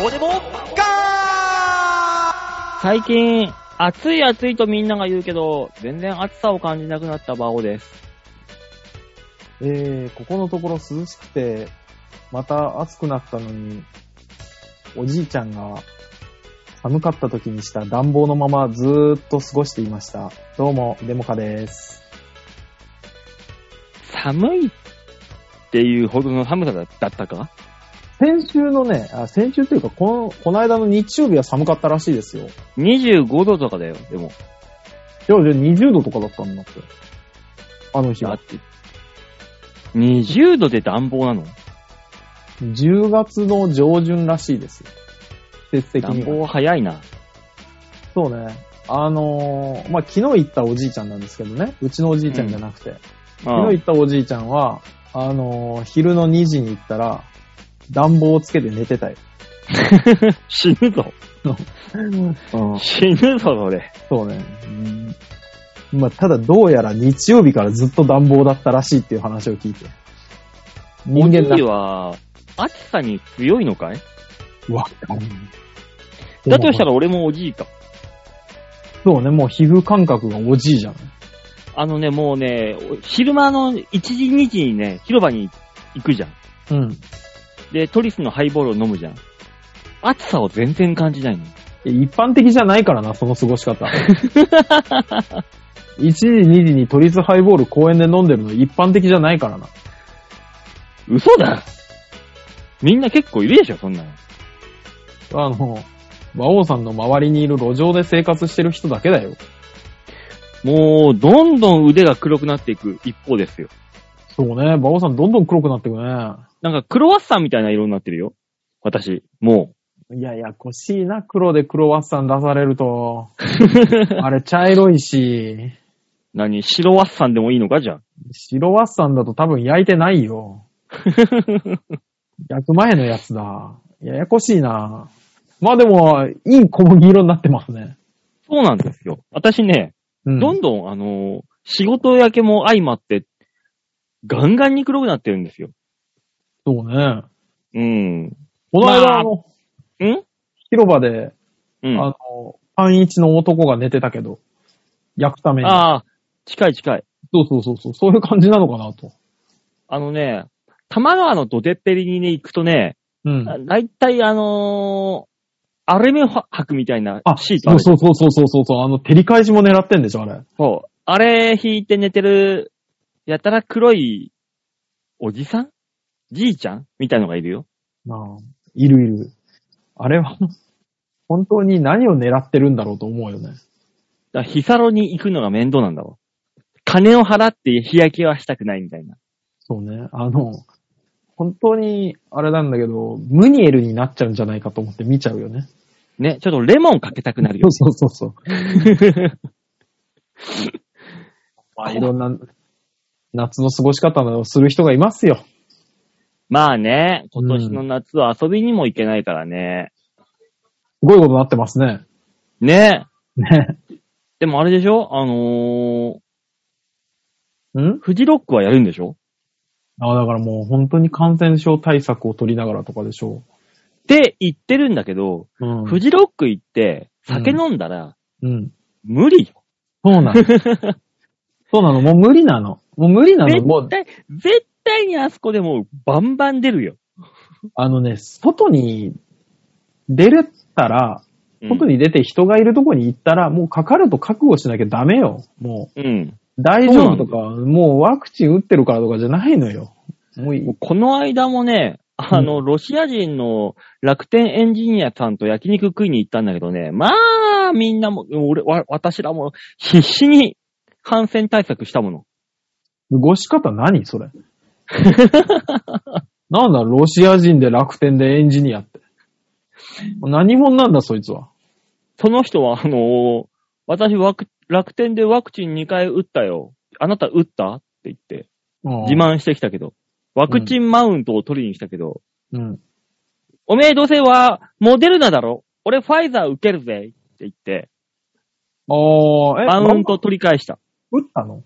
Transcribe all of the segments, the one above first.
どうでもガー最近、暑い暑いとみんなが言うけど、全然暑さを感じなくなった馬王です。えー、ここのところ涼しくて、また暑くなったのに、おじいちゃんが寒かった時にした暖房のままずーっと過ごしていました。どうも、デモカです。寒いっていうほどの寒さだだったか先週のね、あ先週というかこの、この間の日曜日は寒かったらしいですよ。 ?25 度とかだよ、でも。今日じゃあ20度とかだったんだって。あの日だはっ。て。20度で暖房なの10月の上旬らしいですよ。季節的暖には房は早いな。そうね。あのーまあ、昨日行ったおじいちゃんなんですけどね。うちのおじいちゃんじゃなくて。昨日行ったおじいちゃんは、あのー昼の2時に行ったら、暖房をつけて寝てたよ。死ぬぞ。死ぬぞ、それ。そうね。うんまあ、ただどうやら日曜日からずっと暖房だったらしいっていう話を聞いて。人間だ鬼。は、暑さに強いのかいわかんないだとしたら俺もおじいか。そうね、もう皮膚感覚がおじいじゃん。あのね、もうね、昼間の1時2時にね、広場に行くじゃん。うん。で、トリスのハイボールを飲むじゃん。暑さを全然感じないの。一般的じゃないからな、その過ごし 方。1時、2時に都立ハイボール公園で飲んでるの一般的じゃないからな。嘘だみんな結構いるでしょ、そんなの。あの、馬王さんの周りにいる路上で生活してる人だけだよ。もう、どんどん腕が黒くなっていく一方ですよ。そうね、馬王さんどんどん黒くなってくね。なんか、クロワッサンみたいな色になってるよ。私、もいや、やこしいな、黒でクロワッサン出される と。あれ、茶色いし、う。何白ワッサンでもいいのかじゃあ。白ワッサンだと多分焼いてない よ。焼く前のやつだ。ややこしいな。まあでも、いい小麦色になってますね。そうなんですよ。私ね、うんどんどん、あのー仕事焼けも相まって、ガンガンに黒くなってるんですよ。そうね。うん。んこの間、まああの、広場で、うん。あの、パンイチの男が寝てたけど、焼くために。ああ、近い近い。そうそうそうそう、そういう感じなのかなと。あのね、玉川のドテッペリにね、行くとね、うん。だいたいあのーアルミ箔みたいなあ、シートあそうるじゃそんうそうそうそうそうそう、あの、照り返しも狙ってんでしょ、あれ。そう。あれ引いて寝てる、やたら黒い、おじさんじいちゃんみたいのがいるよ。なあ、いるいる。あれは、本当に何を狙ってるんだろうと思うよね。だからヒサロに行くのが面倒なんだわ。金を払って日焼けはしたくないみたいな。そうね。あの、本当に、あれなんだけど、ムニエルになっちゃうんじゃないかと思って見ちゃうよね。ね、ちょっとレモンかけたくなるそよう。そうそうそう。まあ、いろんな、夏の過ごし方をする人がいますよ。 まあね、今年の夏は遊びにも行けないからね。すごいことになってますね。ね。ね。でもあれでしょあのー、んフジロックはやるんでしょあだからもう本当に感染症対策を取りながらとかでしょって言ってるんだけど、う。うん。フジロック行って酒飲んだらうん。無理よ。そう なの。そうなの。もう無理なの。もう無理なの。もう絶、対、絶対にあそこでもうバンバン出るよ。あのね、外に出れたら、うん外に出て人がいるとこに行ったら、もうかかると覚悟しなきゃダメよ。もうん。う、大丈夫とか、もうワクチン打ってるからとかじゃないのよ。もういもうこの間もね、あの、ロシア人の楽天エンジニアさんと焼肉食いに行ったんだけどね、まあ、みんなも、俺、わ私らも必死に感染対策したもの。過ごし方何 それ。なんだ、ロシア人で楽天でエンジニアって。何者なんだ、そいつは。その人は、あの私ワク、楽天でワクチン2回打ったよ。あなた打ったって言って、うん自。慢してきたけど、ワクチンマウントを取りに来たけど、うん。おめえどうせは、モデルナだろ俺ファイザー受けるぜって言って、ああ、え、マウント取り返した。打ったの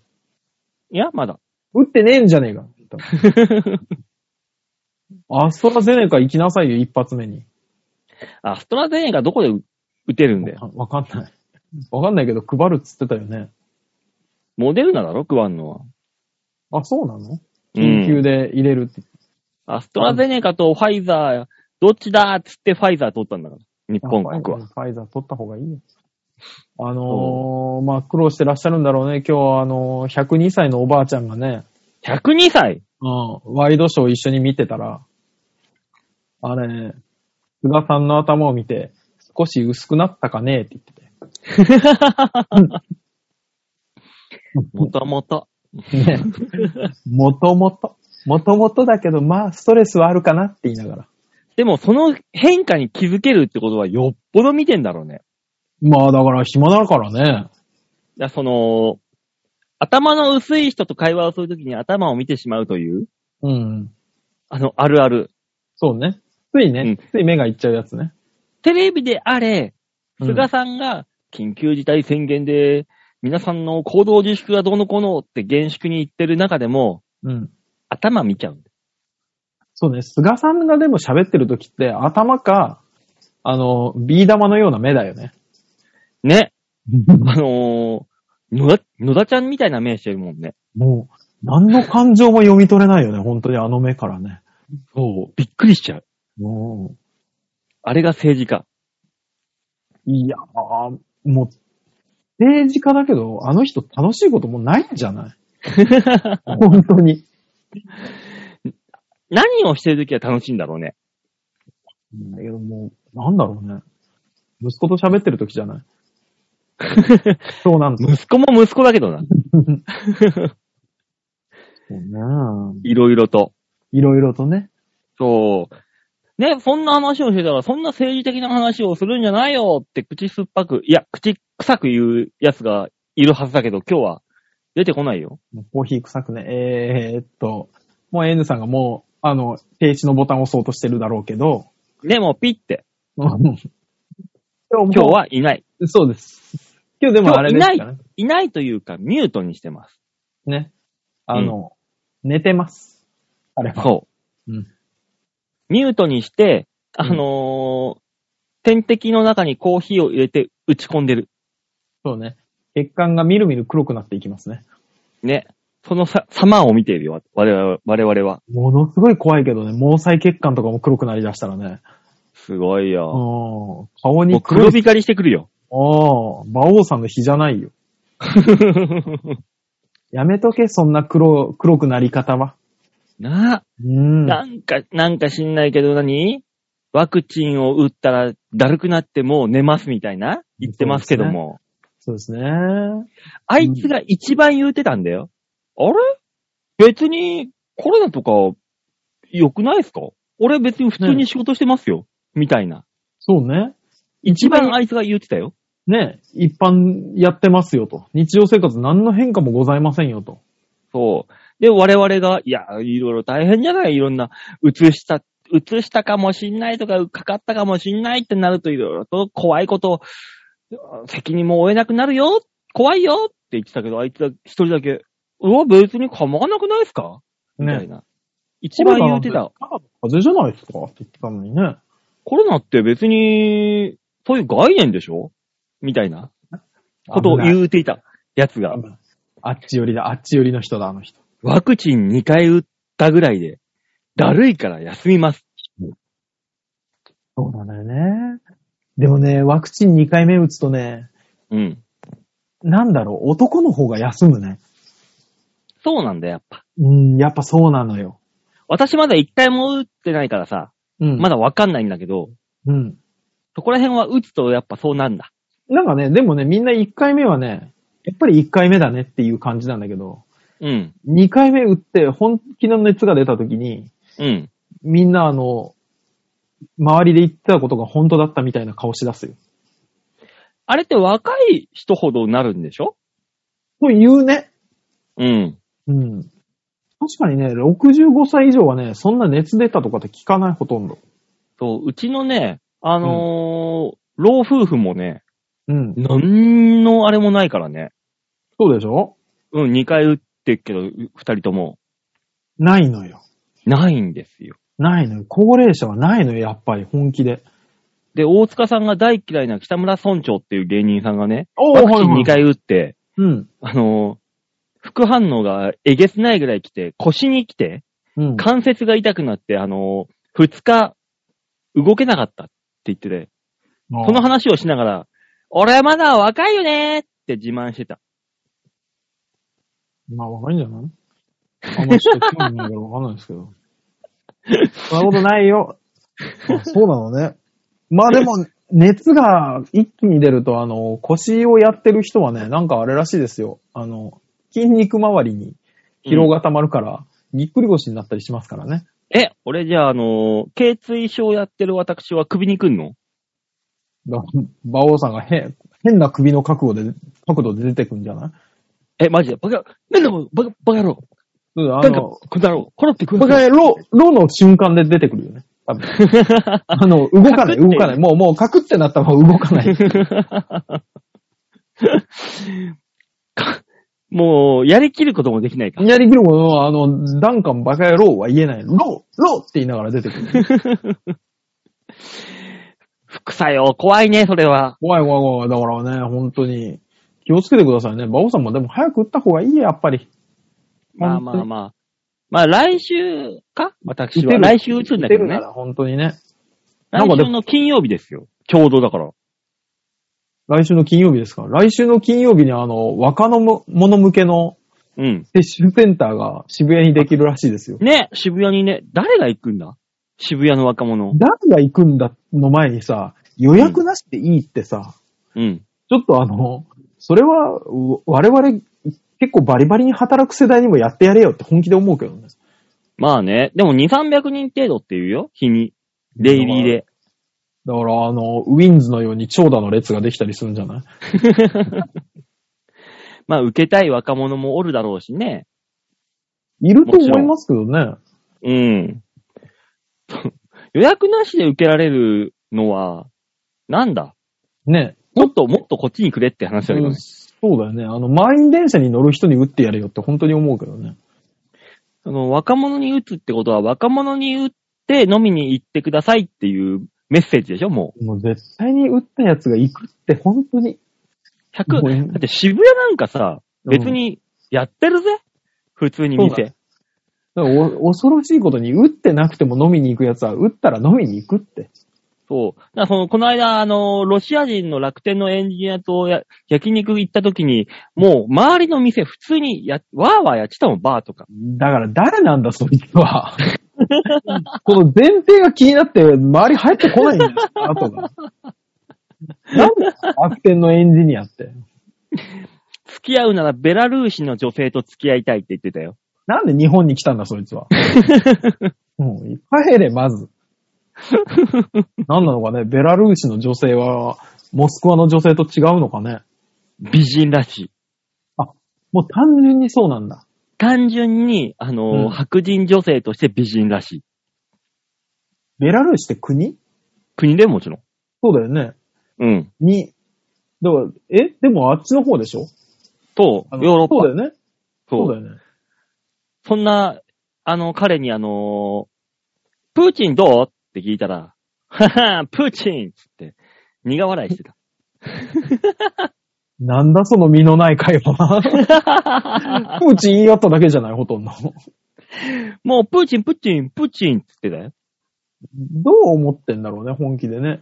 いや、まだ。打ってねえんじゃねえか。アストラゼネカ行きなさいよ、一発目に。アストラゼネカどこで打てるんだよ。わかんない。わかんないけど、配るっつってたよね。モデルナだろ、配んのは。あ、そうなうの緊急ん。で入れるって。アストラゼネカとファイザー、どっちだーっつってファイザー取ったんだから。日あ本は。僕ファは。イザーファイザー取った方がいいよ。あのー、まあ、苦労してらっしゃるんだろうね。今日は、あのー、102歳のおばあちゃんがね、 102歳 うん、ワイドショー一緒に見てたら、あれ、菅さんの頭を見て、少し薄くなったかねって言ってて。もともと。ね。もともと。もともとだけど、まあ、ストレスはあるかなって言いながら。でも、その変化に気づけるってことはよっぽど見てんだろうね。まあ、だから暇だからね。だからその、頭の薄い人と会話をするときに頭を見てしまうという、うん。あの、あるある。そうね。ついね、うんつい目がいっちゃうやつね。テレビであれ、うん菅さんが緊急事態宣言で、皆さんの行動自粛がどうのこうのって厳粛に言ってる中でも、うん。頭見ちゃうんだよそうね。菅さんがでも喋ってる時って、頭か、あの、ビー玉のような目だよね。ね。あのー、野田、野田ちゃんみたいな目してるもんね。 もう、何の感情も読み取れないよね。本当にあの目からね。そう。びっくりしちゃう。もあれが政治家。 う、いやー、もう、政治家だけど、あの人楽しいこともうないんじゃない本当に。何をしてるときは楽しいんだろうね。だけどもう、なんだろうね。息子と喋ってる時じゃ ないそうなんですよ。息子も息子だけどな。そうね。いろいろと。いろいろとね。そう。ね、そんな話をしてたら、そんな政治的な話をするんじゃないよって口酸っぱく、いや、口臭く言うやつがいるはずだけど、今日は出てこないよ。もうコーヒー臭くね。えーっと、もう N さんがもう、あの、停止のボタンを押そうとしてるだろうけど、でも、ピッて、今日も今日はいない。そうです。今日でもあれですからね。いないというか、ミュートにしてます。ね。あの、寝てます。あれは。そう。うんミュートにして、うんあのー点滴の中にコーヒーを入れて打ち込んでる。そうね。血管がみるみる黒くなっていきますね。ね。そのさ、様を見ているよ、我々は。我々は。ものすごい怖いけどね、毛細血管とかも黒くなりだしたらね。すごいよ。うん顔もうに黒黒い。光りしてくる よ。ああ、馬王さんの日じゃないよ。やめとけ、そんな黒、黒くなり方は。なあ。うん。なんか、なんか知んないけど何ワクチンを打ったらだるくなってもう寝ますみたいな言ってますけども。そうですね。あいつが一番言うてたんだよ。あれ別にコロナとか良くないですか俺別に普通に仕事してますよ。みたいな。そうね。一番あいつが言ってたよ。ね、一般やってますよと。日常生活何の変化もございませんよと。そう。で、我々が、いや、いろいろ大変じゃないいろんな、うつした、うつしたかもしんないとか、かかったかもしんないってなると、いろいろと怖いこと、責任も負えなくなるよ怖いよって言ってたけど、あいつは一人だけ、うわ、別に構わなくないですかみたいね。な。一番言うてた。風邪じゃないですかって言ってたのにね。コロナって別に、そういう概念でしょみたいなことをう。言うていたやつが危、ないあっち寄りだ、あっち寄りの人だ、あの人。ワクチン2回打ったぐらいで、だるいから休みます。そうなんだよね。でもね、ワクチン2回目打つとね、うん。なんだろう、男の方が休むね。そうなんだよ、やっぱ。うん、やっぱそうなのよ。私まだ一回も打ってないからさ、うん。まだわかんないんだけど、うん。そこら辺は打つとやっぱそうなんだ。なんかね、でもね、みんな1回目はね、やっぱり1回目だねっていう感じなんだけど、うん。 2回目打って本気の熱が出た時に、うん。みんなあの、周りで言ってたことが本当だったみたいな顔し出すよ。あれって若い人ほどなるんでしょというね。うん。うん。確かにね、65歳以上はね、そんな熱出たとかって聞かないほとんど。そう、うちのね、あのー老夫婦もね、うん。なんのあれもないからね。そうでしょうん、2回打ってっけど、二人とも、ないのよ。ないんですよ。ないのよ。高齢者はないのよ、やっぱり、本気で。で、大塚さんが大嫌いな北村村長っていう芸人さんがね、おワクチン2回打って、うん。あのー副反応がえげつないぐらい来て、腰に来て、うん。関節が痛くなって、あのー2日、動けなかったって言ってて、ここの話をしながら、俺まだ若いよねーって自慢してた。まあ、わかるんじゃないあんまちょっと興味ないからわかんないですけど。そんなことないよ。あそうなのね。まあでも、熱が一気に出ると、あの、腰をやってる人はね、なんかあれらしいですよ。あの、筋肉周りに疲労が溜まるから、ぎっくり腰になったりしますからね。え、俺じゃあ、あのー頚椎症やってる私は首にくんのだ馬王さんが変、変な首の角度で、角度で出てくんじゃないえ、マジで、バカ、なんだもん、バカ、バカ野郎。そうだよなあんかの、、こだろう。コロってくん僕だろがロ、ロの瞬間で出てくるよね。多分あの、動かなカクっい、て動かない。もう、もう、カクってなったらもう動かな い。 かもう、やりきることもできないか。やりきるものは、あの、ダンカンバカ野郎は言えない。ロー、ローって言いながら出てくる。副作用、怖いね、それは。 怖い怖い怖い。だからね、本当に。気をつけてくださいね。馬王さんもでも早く打った方がいいよ、やっぱり。まあまあ本まあ。まあ来週か当に私は。来週打つんだけど打てねるな。ら本当にね。来なんかで週の金曜日ですよ。ちょうどだから。来週の金曜日ですから。来週の金曜日にあの、若者向けのうん。接種センターが渋谷にできるらしいです よ。ね、渋谷にね、誰が行くんだ渋谷の若者。誰が行くんだの前にさ、予約なしでいいってさ、うん。ちょっとあの、それは、う我々、結構バリバリに働く世代にもやってやれよって本気で思うけどね。まあね、でも2、300人程度っていうよ、日に。デイリーで。だから、あの、ウィンズのように長蛇の列ができたりするんじゃないまあ、受けたい若者もおるだろうしね。いるともちろ思んいますけどね。うん。 予約なしで受けられるのは、なんだね。もっともっとこっちにくれって話だけどうんね。そうだよね。あの、満員電車に乗る人に打ってやれよって本当に思うけどね。その若者に打つってことは若者に打って飲みに行ってくださいっていうメッセージでしょももう絶対に打ったやつが行くって本当に。う。100、もうだって渋谷なんかさ、別うんにやってるぜ、普通にそう店。だからお恐ろしいことに、打ってなくても飲みに行くやつは、打ったら飲みに行くって。そう。だからその、この間、あの、ロシア人の楽天のエンジニアとや焼肉行った時に、もう周りの店普通にや、わーわーやってたもん、バーとか。だから誰なんだ、そいつは。 この前提が気になって、周り入ってこないんだよ、後が。なんで悪天のエンジニアって。付き合うならベラルーシの女性と付き合いたいって言ってたよ。なんで日本に来たんだ、そいつは。うん、帰れ、まず。なんなのかね、ベラルーシの女性は、モスクワの女性と違うのかね。美人らしい。もう単純にそうなんだ。単純に、あの、うん白人女性として美人らしい。ベラルーシって国国でもちろん。そうだよね。うん。に、だから、え、でもあっちの方でしょと、あヨのーロッパ。そうだよね。そそううだよね。そんな、あの、彼にあの、プーチンどうって聞いたら、ははプーチンっつって、苦笑い してた。なんだその身のない会話。 プーチン言い合っただけじゃない、ほとんど。もう、プーチン、プーチン、プーチンっつってたよ。どう思ってんだろうね、本気でね。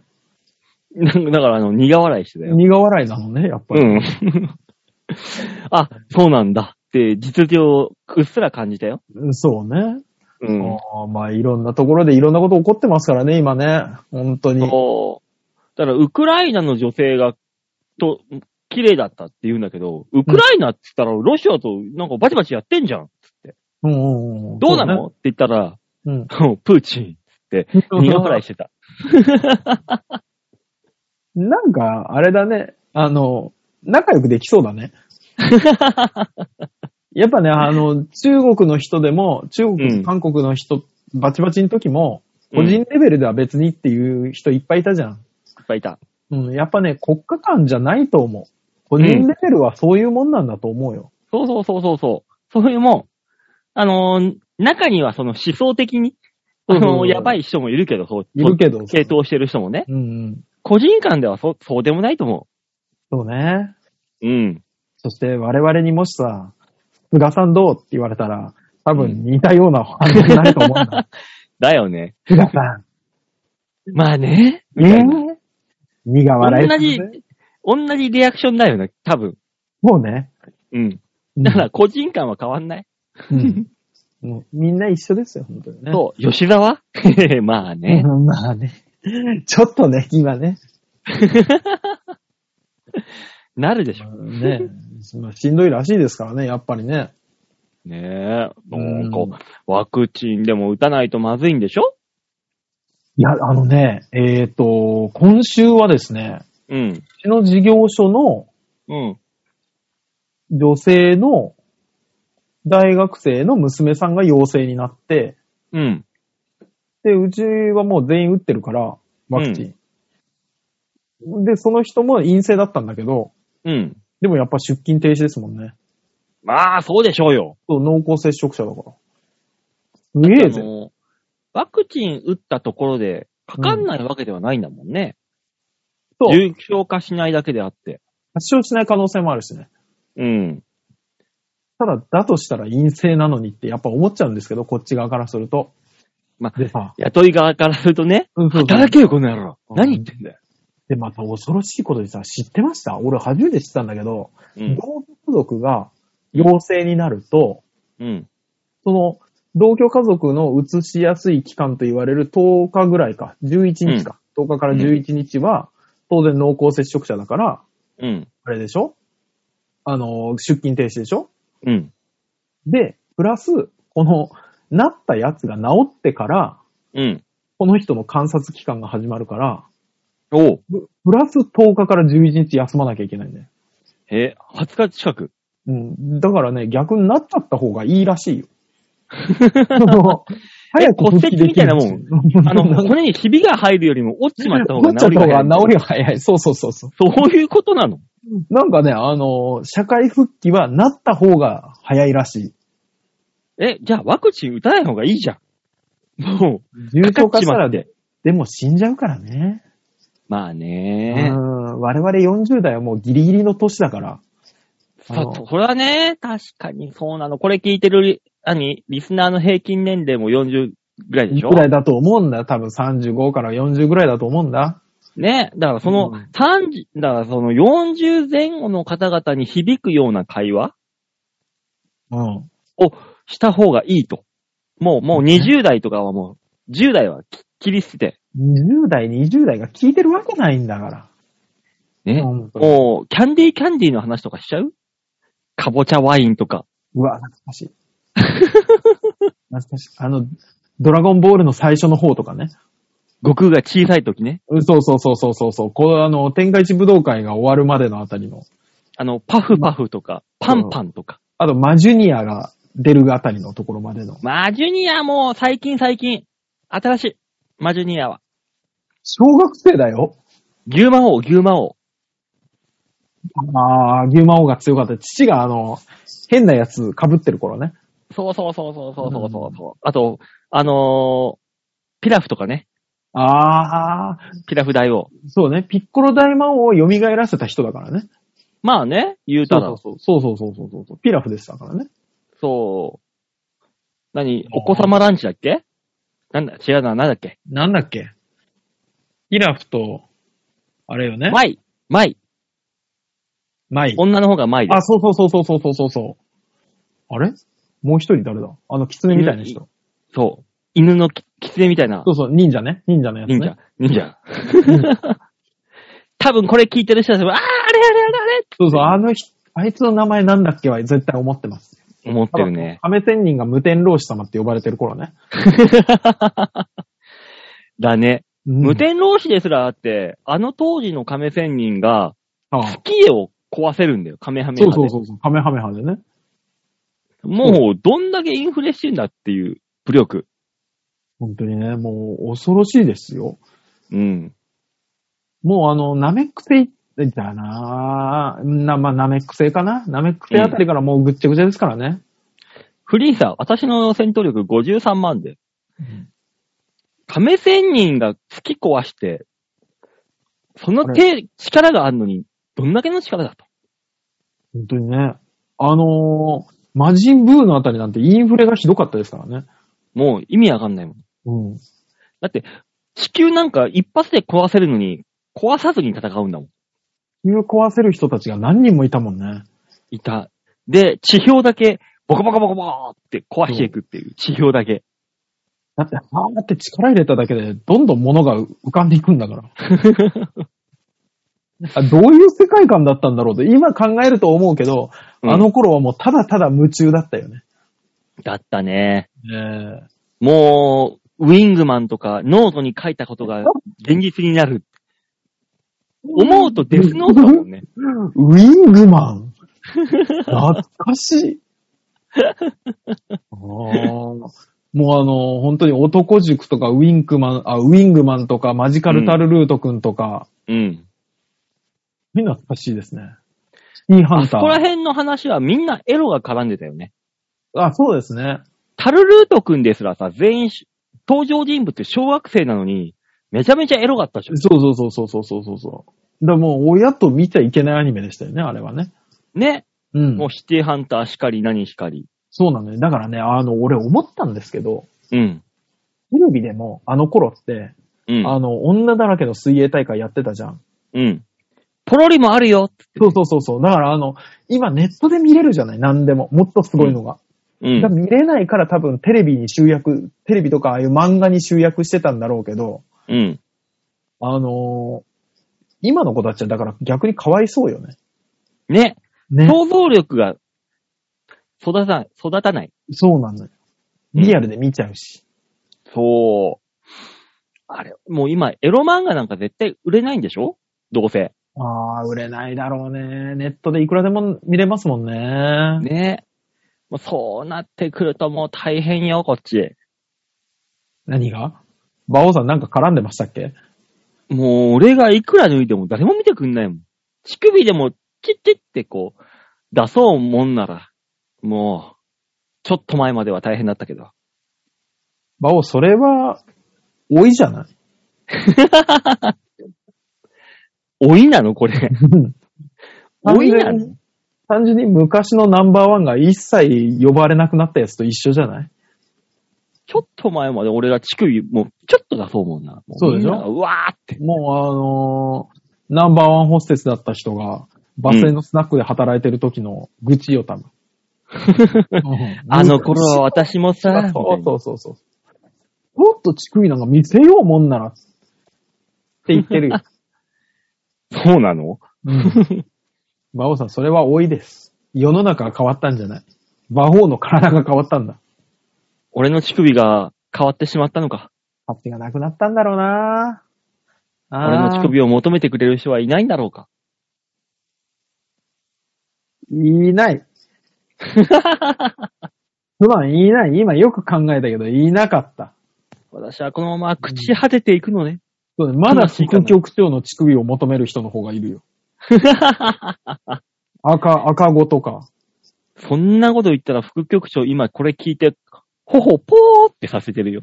なんかだから、あの、苦笑いしてたよ。苦笑いなのね、やっぱうり。ん。あ、そうなんだって、実情をうっすら感じたよ。うんそうね。うん。あーまあ、いろんなところでいろんなこと起こってますからね、今ね。本当に。そう。だから、ウクライナの女性が、と、綺麗だったって言うんだけど、ウクライナって言ったら、ロシアとなんかバチバチやってんじゃん。うんうんうんどうなのって言ったら、そうねもうプーチンってうん。苦笑いしてた。なんか、あれだね。あの、仲良くできそう だね。やっぱね、あの、中国の人でも、中国、うん韓国の人、バチバチの時も、う個ん人レベルでは別にっていう人いっぱいいたじゃん。いっぱいいた。うん、やっぱね、国家間じゃないと思う。個人レベルはそういうもんなんだと思うよ。そうそうそうそうそう。そういうもん、あのー中にはその思想的に、あうの、んやばい人もいるけど、そう、いるけど。系統してる人もね。うんうん。個人間ではそう、そうでもないと思そうね。う。うん。そして我々にもしさ、菅さんどうって言われたら、多分似たような反応になると思う んだ。だよね。菅さまあね。ん、みたいなね苦笑いす同るね、じ、同じリアクションだよね、多分。そうね。うん。だから、個人間は変わんない。 うん、もうみんな一緒ですよ、本当にね。そう、吉沢 まあね。うんまあね。ちょっとね、今ね。 なるでしょ。ね。まあしんどいらしいですからね、やっぱりね。ねえ。なんうんか、ワクチンでも打たないとまずいんでしょいや、あのね、えっ、と、今週はですね、うん。うちの事業所のうん。女性の大学生の娘さんが陽性になって、うん。で、うちはもう全員打ってるから、ワクチン。で、その人も陰性だったんだけど、うん。でもやっぱ出勤停止ですもんね。まあ、そうでしょうよ。そう濃厚接触者だから。すげえあぜ。のワクチン打ったところで、かかんないわけではないんだもんね。そう重症化しないだけであって。発症しない可能性もあるしね。うん。ただ、だとしたら陰性なのにってやっぱ思っちゃうんですけど、こっち側からすると。まあでさ、雇い側からするとね、うん、そうそう働けよ、この野郎。うん何言ってんだよ。で、また恐ろしいことでさ、知ってました俺初めて知ったんだけど、うん。同居家族が陽性になると、うん。その、同居家族の移しやすい期間と言われる10日ぐらいか、11日か、10日から11日は、当然濃厚接触者だから、うん。あれでしょあの、出勤停止でしょうん。で、プラス、この、なったやつが治ってから、うん。この人の観察期間が始まるから、おう。ププラス10日から11日休まなきゃいけないんだよ。え、20日近く。うん。だからね、逆になっちゃった方がいいらしいよ。その 早く復帰できる骨し折みあ の、骨にひびが入るよりも落ちちまった方思がっち治ゃっりたが早方がい。治りが早い。そうそうそうそう。そういうことなのなんかね、あの、社会復帰はなった方が早いらしい。え、じゃあワクチン打たない方がいいじゃん。も重う、か症かっ化ちしたまらっでて。。でも死んじゃうからね。まあうね。ん。我々40代はもうギリギリの年だから。そあのう、これはね、確かにそうなの。これ聞いてるリ、何リスナーの平均年齢も40ぐらいでいしくょらいだと思うんだ。多分35から40ぐらいだと思うんだ。ね。だからそのうん30、だからその40前後の方々に響くような会話うん。した方がいいと。もう、もうね20代とかはもう、10代はき切り捨てて、 20代、20代が聞いてるわけないんだから。ね。本当にもう、キャンディーキャンディーの話とかしちゃうかぼちゃワインとか。うわ、懐かしい。 懐かしい。あの、ドラゴンボールの最初の方とかね。悟空が小さい時ね。うんそうそうそうそうそうそう。このあの、天下一武道会が終わるまでのあたりの。あの、パフパフとか、パンパンとか。あと、マジュニアが出るあたりのところまでの。マジュニアも最近最近、新しい。マジュニアは。小学生だよ。牛魔王、牛魔王。ああ、牛魔王が強かった。父があの、変なやつ被ってる頃ね。そうそうそうそうそうそうそうそう、あと、あのー、ピラフとかね。ああ、ピラフ大王。そうね。ピッコロ大魔王を蘇らせた人だからね。まあね、言うたそうら。そうそうそう。そうそうそうそうそう。ピラフでしたからね。何お子様ランチだっけなんだ、違うな、なんだっけなんだっけピラフと、あれよね。マイ。マイ。マイ。女の方がマイであ、そうそうそうそうそうそうそう。あれもう一人誰だあの、狐みたいな人。す。そう。犬のき狐みたいなそ。うそう、忍者ね。忍者のやつね。忍者。忍者。 多分これ聞いてる人たちも、あーあれあれあれあれってそうそう、あの人、あいつの名前なんだっけは絶対思ってます。思ってる ね。亀仙人が無天老師様って呼ばれてる頃ね。だね。うん無天老師ですらあって、あの当時の亀仙人が、ああスキーを壊せるんだよ、亀ハメそハうで。そうそうそう、亀ハメハでね。もう、どんだけインフレしてんだっていう、武力。本当にね、もう恐ろしいですよ。うん。もうあの、ナメック星だなぁ。な、まあ、ナメック星かなナメック星あたりからもうぐっちゃぐちゃですからね。フリーさ、私の戦闘力53万で。亀仙人が突き壊して、その手、力があるのに、どんだけの力だと。本当にね。あのー、魔人ブーのあたりなんてインフレがひどかったですからね。もう意味わかんないもん。うん。地球なんか一発で壊せるのに、壊さずに戦うんだもん。地球壊せる人たちが何人もいたもんね。いた。で、地表だけ、ボコボコボコボーって壊していくっていう、地表だけ。だって、ああやって力入れただけで、どんどん物が浮かんでいくんだ から。あどういう世界観だったんだろうと、今考えると思うけど、うんあの頃はもうただただ夢中だったよね。だったね。ねえもう、ウィングマンとか、ノートに書いたこと が現実になる。思うとデスノートだもんね。ウィングマ ン。懐かしい。あーもうあの、本当に男塾とかウィンクマン、あ、ウィングマンとかマジカルタルルートくんとか、うん。みんな懐かしいですね。いいハあンそタこらー。辺の話はみんなエロが絡んでたよね。あ、そうですね。タルルート君ですらさ、全員し、登場人物って小学生なのに、めちゃめちゃエロかったでしょ。そうそうそうそうそうそうそうそう。だからもう親と見ちゃいけないアニメでしたよね、あれはね。ね。うんもう。シティハンターしかり何しかり。そうなのよ。だからね、あの、俺思ったんですけど、うん。テレビでもあの頃って、うん。あの、女だらけの水泳大会やってたじゃん。うん。ポロリもあるよ。そうそうそうそう。だからあの、今ネットで見れるじゃない何でも。もっとすごいのが。うだからん。見れないから多分テレビに集約、テレビとかああいう漫画に集約してたんだろうけど、うん。あのー今の子たちはだから逆にかわいそうよね。ね。ね。想像力が育たない、育たない。そうなのよ。リアルで見ちゃうし。そう。あれ、もう今、エロ漫画なんか絶対売れないんでしょどうせ。ああ、売れないだろうね。ネットでいくらでも見れますもんね。ね。もうそうなってくるともう大変よ、こっち。何が馬王さんなんか絡んでましたっけもう俺がいくら抜いても誰も見てくんないもん。乳首でもチッチッってこう、出そうもんなら、もう、ちょっと前までは大変だったけど。馬王、それは、多いじゃない老いなのこ れ。老いな完全のに単純に昔のナンバーワンが一切呼ばれなくなったやつと一緒じゃないちょっと前まで俺が乳首もうちょっと出そうもんな。もそうでしょみんながうわーって。もうあのーナンバーワンホステスだった人が、バス停のスナックで働いてる時の愚痴 よ、多分。うんあの頃は私もさ、みたいそうそなうそうそう。もっと乳首なんか見せようもんなら、って言ってるよ。そうなの うん。馬王さん、それは多いです。世の中が変わったんじゃない。馬王の体が変わったんだ。俺の乳首が変わってしまったのか。勝手がなくなったんだろうなあ俺の乳首を求めてくれる人はいないんだろうか。い ない。普段いない。今よく考えたけど、いなかった。私はこのまま朽ち果てていくのね。そうねまだ悲しいかな副局長の乳首を求める人の方がいるよ。赤、赤子とか。そんなこと言ったら副局長今これ聞いて、頬ポーってさせてるよ。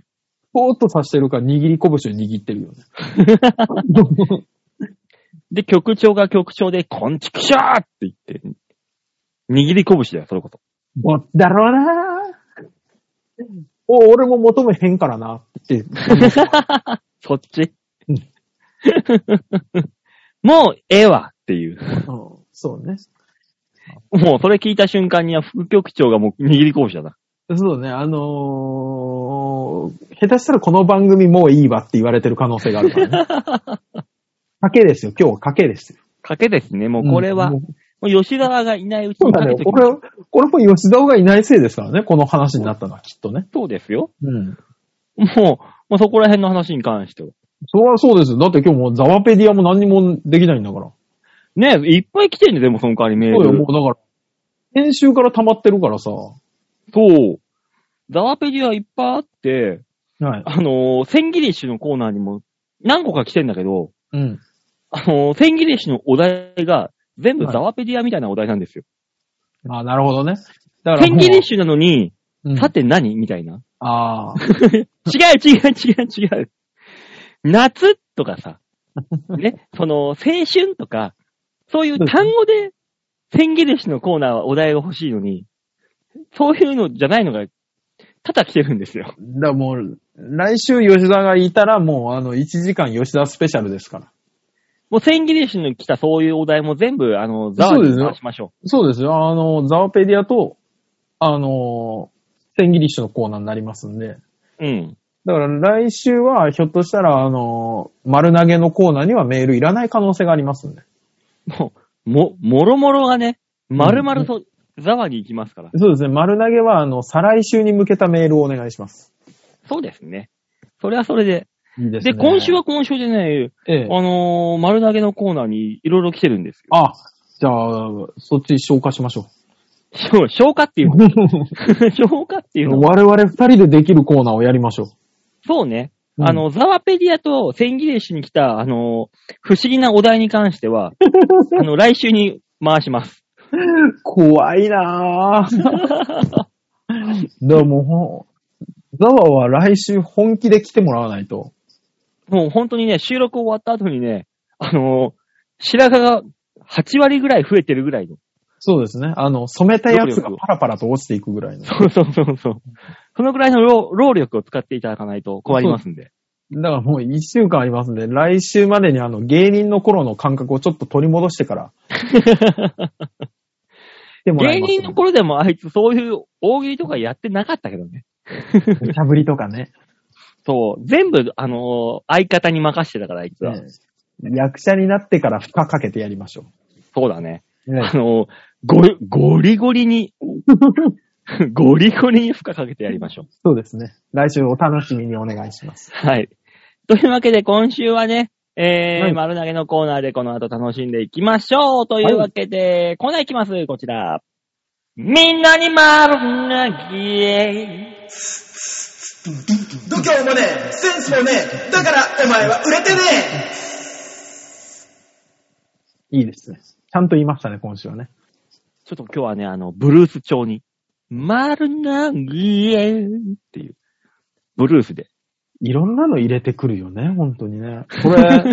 ぽーっとさしてるから握り拳を握ってるよね。で、局長が局長で、こんちくしょーって言って、握り拳だよ、それ こそ。もう だろうなお、俺も求めへんからなって。そっ ちうんもう、ええわっていう。うんそうね。もう、それ聞いた瞬間には副局長がもう握り拳だな。そうね、あのー、下手したらこの番組もういいわって言われてる可能性があるからね。 賭けですよ、今日は賭けですよ。賭けですね、もうこれは。うんももうう吉沢がいないうちそうにだ賭ねけ。ときこましょれう、これも吉沢がいないせいですからね、この話になったのはきっとね。そうですよ。うん。もう、もうそこら辺の話に関しては。それはそうですよ。だって今日もうザワペディアも何にもできないんだから。ねえ、いっぱい来てんね、でもその代わりメーそうよ、ル。もうだから。先週から溜まってるからさ。そう。ザワペディはいっぱいあって、はい。あのー、千切りッシュのコーナーにも何個か来てんだけど、うん。あのー、千切りッシュのお題が全部はいザワペディアみたいなお題なんですよ。ああ、なるほどね。だから千もう。切りッシュなのに、うん さて何みたいな。ああ。違う違う違う違う。夏とか さ、ね、その、青春とか、そういう単語で、千切れしのコーナーはお題が欲しいのに、そういうのじゃないのが、ただ来てるんですよ。だからもう、来週吉田がいたらもうあの1時間吉田スペシャルですから。もう千切れしの来たそういうお題も全部、あの、ザワそうでにすよ回しましょそうですよ。あの、ザワペディアと、あの、千切り種のコーナーになりますんで。う。うん。だから来週はひょっとしたらあの、丸投げのコーナーにはメールいらない可能性がありますんで。もう、も、もろもろがね、まるまると、ザワに行きますから。そうですね。丸投げはあの、再来週に向けたメールをお願いします。そうですね。それはそれで。いいでで、今週は今週でね、ええあのー丸投げのコーナーにいろいろ来てるんですよ。あ、じゃあ、そっち消化しましょ消消化っていう う。。消化っていうのは。我々二人でできるコーナーをやりましょそうね。うんあの、ザワペディアと千切れ市に来た、あのー不思議なお題に関して は、あの、来週に回します。う。怖い なぁ。だからもうほん、ザワは来週本気で来てもらわないと。もう本当にね、収録終わった後にね、あのー白髪が8割ぐらい増えてるぐらいの。 そうですね。あの、染めたやつどこにが置くパラパラと落ちていくぐらいの。だかそうそうそうそう。そのぐらいの労労力を使っていただかないと困りますんで。らもう一週間ありますんで、来週までにあの、芸人の頃の感覚をちょっと取り戻してから。でもら芸います人の頃でもあいつそういう大喜利とかやってなかったけどね。 しゃぶりとかね。そう。全部、あのー相方に任してたから、あいつは。役者になってから負荷かけてやりましょそうだね。う。あのーご、ゴリゴリに、ゴリゴリに負荷かけてやりましょう。そうですね。来週お楽しみにお願いします。はい。というわけで、今週はね、えーはい丸投げのコーナーでこの後楽しんでいきましょうというわけで、コーナーいきます、こちら。みんなに丸投げ度胸もねえ、センスもねえ、だからお前は売れてねえいいですね。ちゃんと言いましたね、今週はね。ちょっと今日はね、あの、ブルース調に、丸投げっていう、ブルースで。いろんなの入れてくるよね、本当にね。こ れ、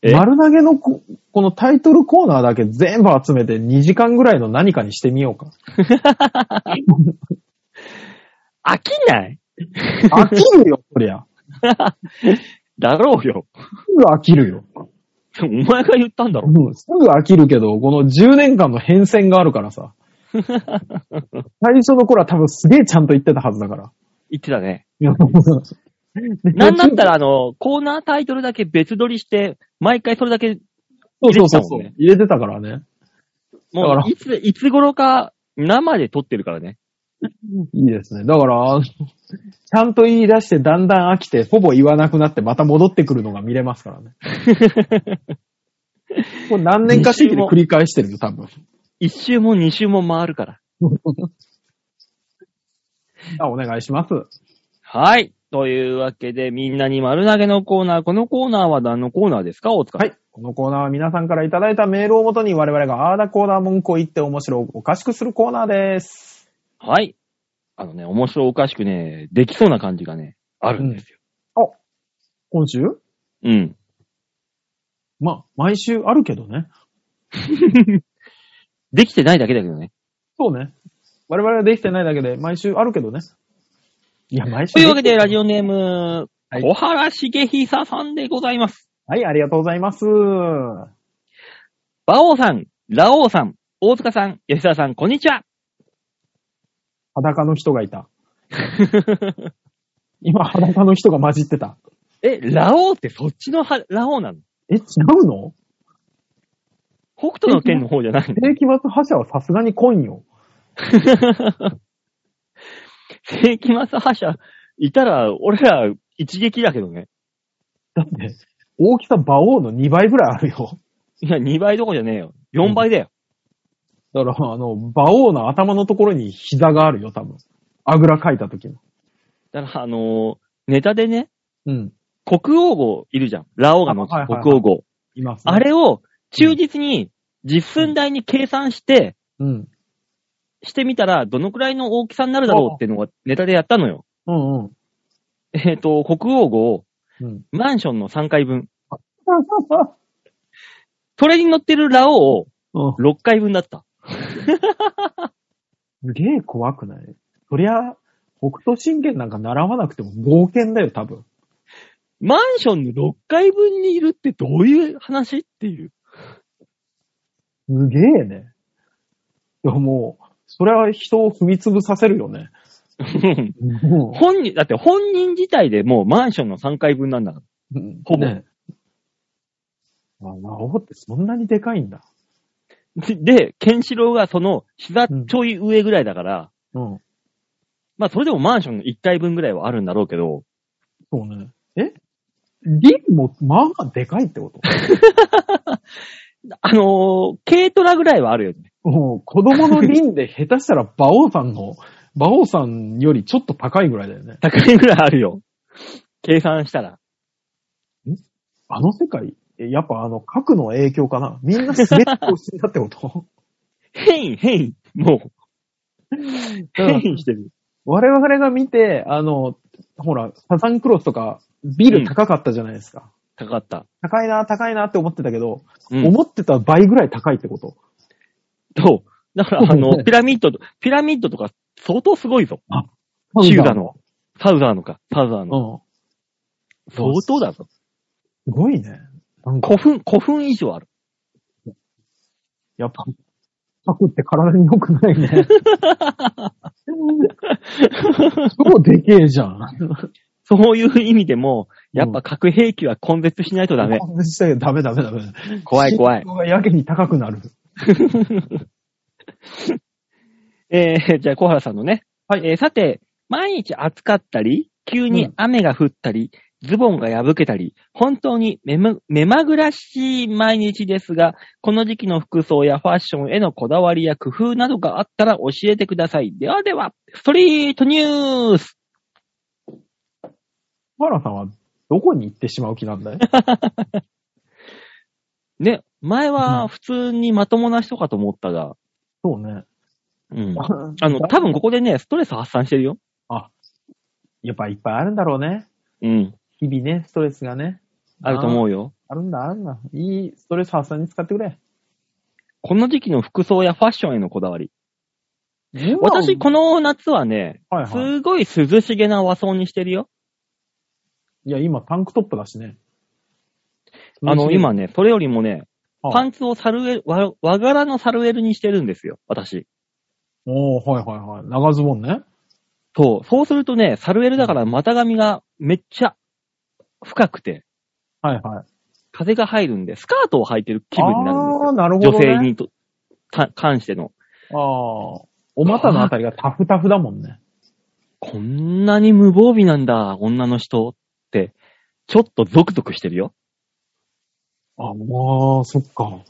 え丸投げのここのタイトルコーナーだけ全部集めて2時間ぐらいの何かにしてみようか。飽きない飽きるよ、そりゃ。だろうよ。すぐ飽きるよ。お前が言ったんだろ。うんすぐ飽きるけど、この10年間の変遷があるから さ。最初の頃は多分すげえちゃんと言ってたはずだ から。言ってたね。いやなんだったら、あの、コーナータイトルだけ別撮りして、毎回それだけ、そうそうそうそう入れてたもんね。入れてたからね。だかもらう、いつ、いつ頃か、生で撮ってるからね。 いいですね。だから、あのちゃんと言い出してだんだん飽きて、ほぼ言わなくなってまた戻ってくるのが見れますからね。これ何年か 周期で繰り返してるよ、多分。一周も二周も回るから。あ、お願いします。はい。というわけで、みんなに丸投げのコーナー。このコーナーは何のコーナーですか大塚さはん。い。このコーナーは皆さんからいただいたメールをもとに我々があーだコーナー文句を言って面白おかしくするコーナーです。はい。あのね、面白おかしくね、できそうな感じがね、あるんですよ。今週うん。ま、毎週あるけどね。 できてないだけだけどね。そうね。我々はできてないだけで毎週あるけどね。いや、毎週。というわけで、ラジオネーム、はい小原茂久さんでございます。はい、ありがとうございます。馬王さん、ラオウさん、大塚さん、吉田さん、こんに ちは。裸の人がいた。今、裸の人が混じってた。え、ラオウってそっちのはラオウなのえ、違うの北斗の剣の方じゃないの世紀末覇者はさすがに来んよ。世紀末覇者いたら、俺ら一撃だけどね。だって、大きさ馬王の2倍ぐらいあるよ。いや、2倍どころじゃねえよ。4倍だよ。だから、あの、馬王の頭のところに膝があるよ、多分。あぐらかいた時の。だから、あのーネタでね、うん。国王号いるじゃん。ラオウが持つあはいはいはい国王号。います、あれを忠実に実寸大に計算して、うん。してみたら、どのくらいの大きさになるだろうっていうのがネタでやったのよ。うんうん。えっ、と、国王号をうん。マンションの3階分。それに乗ってるラオウ、うん6階分だった。 すげえ怖くないそりゃ、北斗神拳なんか習わなくても冒険だよ、多分。マンションの6階分にいるってどういう話っていう。すげえね。いや、もう、それは人を踏み潰させるよね。も本人、だって本人自体でもうマンションの3階分なんだから。う、うんほぼねあ、魔王ってそんなにでかいんだ。でで、ケンシロウがその膝ちょい上ぐらいだから、うん。まあそれでもマンションの1階分ぐらいはあるんだろうけど、そうね。えリンも、まあまあでかいってことあのー軽トラぐらいはあるよね。もう、子供のリンで下手したら馬王さんの、馬王さんよりちょっと高いぐらいだよね。 100円ぐらいあるよ。計算したら。あの世界、えやっぱあの、核の影響かなみんなスネークを死んだってこと変異、変異。もう、変異してる。我々が見て、あの、ほら、サザンクロスとか、ビル高かったじゃないですか。高かった。高いな、高いなって思ってたけど、うん思ってた倍ぐらい高いってこと。そう。だから、あの、ピラミッドと、ピラミッドとか相当すごいぞ。キューダの。サウザーのか。サウザーの。の。相当だぞ。うん。すごいね。なんか、古墳、古墳以上ある。やっぱ、核って体に良くな いね。超でけえじゃん。そういう意味でも、やっぱ核兵器は根絶しないとダメ。こんな時代ダメダメダメ。怖い怖い心。臓がやけに高くなる。えー、 じゃあ、小原さんのね。はい。えー、さて、毎日暑かったり、急に雨が降ったり、ズボンが破けたり、本当に目ま目まぐらしい毎日ですが、この時期の服装やファッションへのこだわりや工夫などがあったら教えてください。ではでは、ストリートニュースマラさんはどこに行ってしまう気なんだいね、前うんは普通にまともな人かと思ったが、そうね。うん。あ の、多分ここでね、ストレス発散してるよ。やっぱいっぱいあるんだろうね。うん。日々ね、ストレスがね。あると思うよ。あるんだ、あるんだ。いいストレス発散に使ってくれ。この時期の服装やファッションへのこだわり。私、私、この夏はね、はいはい。すごい涼しげな和装にしてるよ。いや、今タンクトップだしね。あの、、今ね、それよりもね、パン。ンツをサルエル、和和柄のサルエルにしてるんですよ、私。おー、はいはいはい。長ズボンね。そう。そうするとね、サルエルだから股上がめっちゃ深くて、はいはい。風が入るんで、スカートを履いてる気分になるんですあー、なるほよ。女ど、ね。性。にと、か関しての。あー。お股のあたりがタフタフだも んね。こんなに無防備なんだ、女の人って、ちょっとゾクゾクしてるよ。あ、まあ、そっか。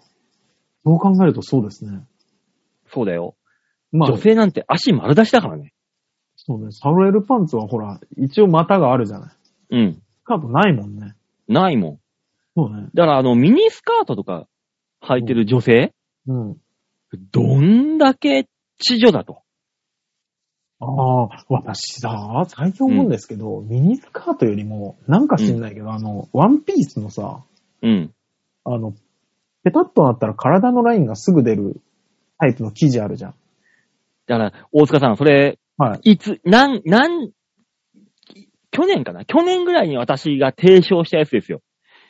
そう考えるとそうですね。そうだよ。まあ、女性なんて足丸出しだからね。そうね。サロエルパンツはほら、一応股があるじゃない。うん。スカートないもんね。ないもん。そうね。だから、あの、ミニスカートとか履いてる女性、うん。どんだけ知女だと。ああ、私さ、最近思うんですけど、ミニスカートよりも、なんか知んないけど、あの、ワンピースのさ、うん。あの、ペタッとなったら体のラインがすぐ出るタイプの生地あるじゃん。だから、大塚さん、それ、、はいつ、なん、なん、去年かな去年ぐらいに私が提唱したやつですよ。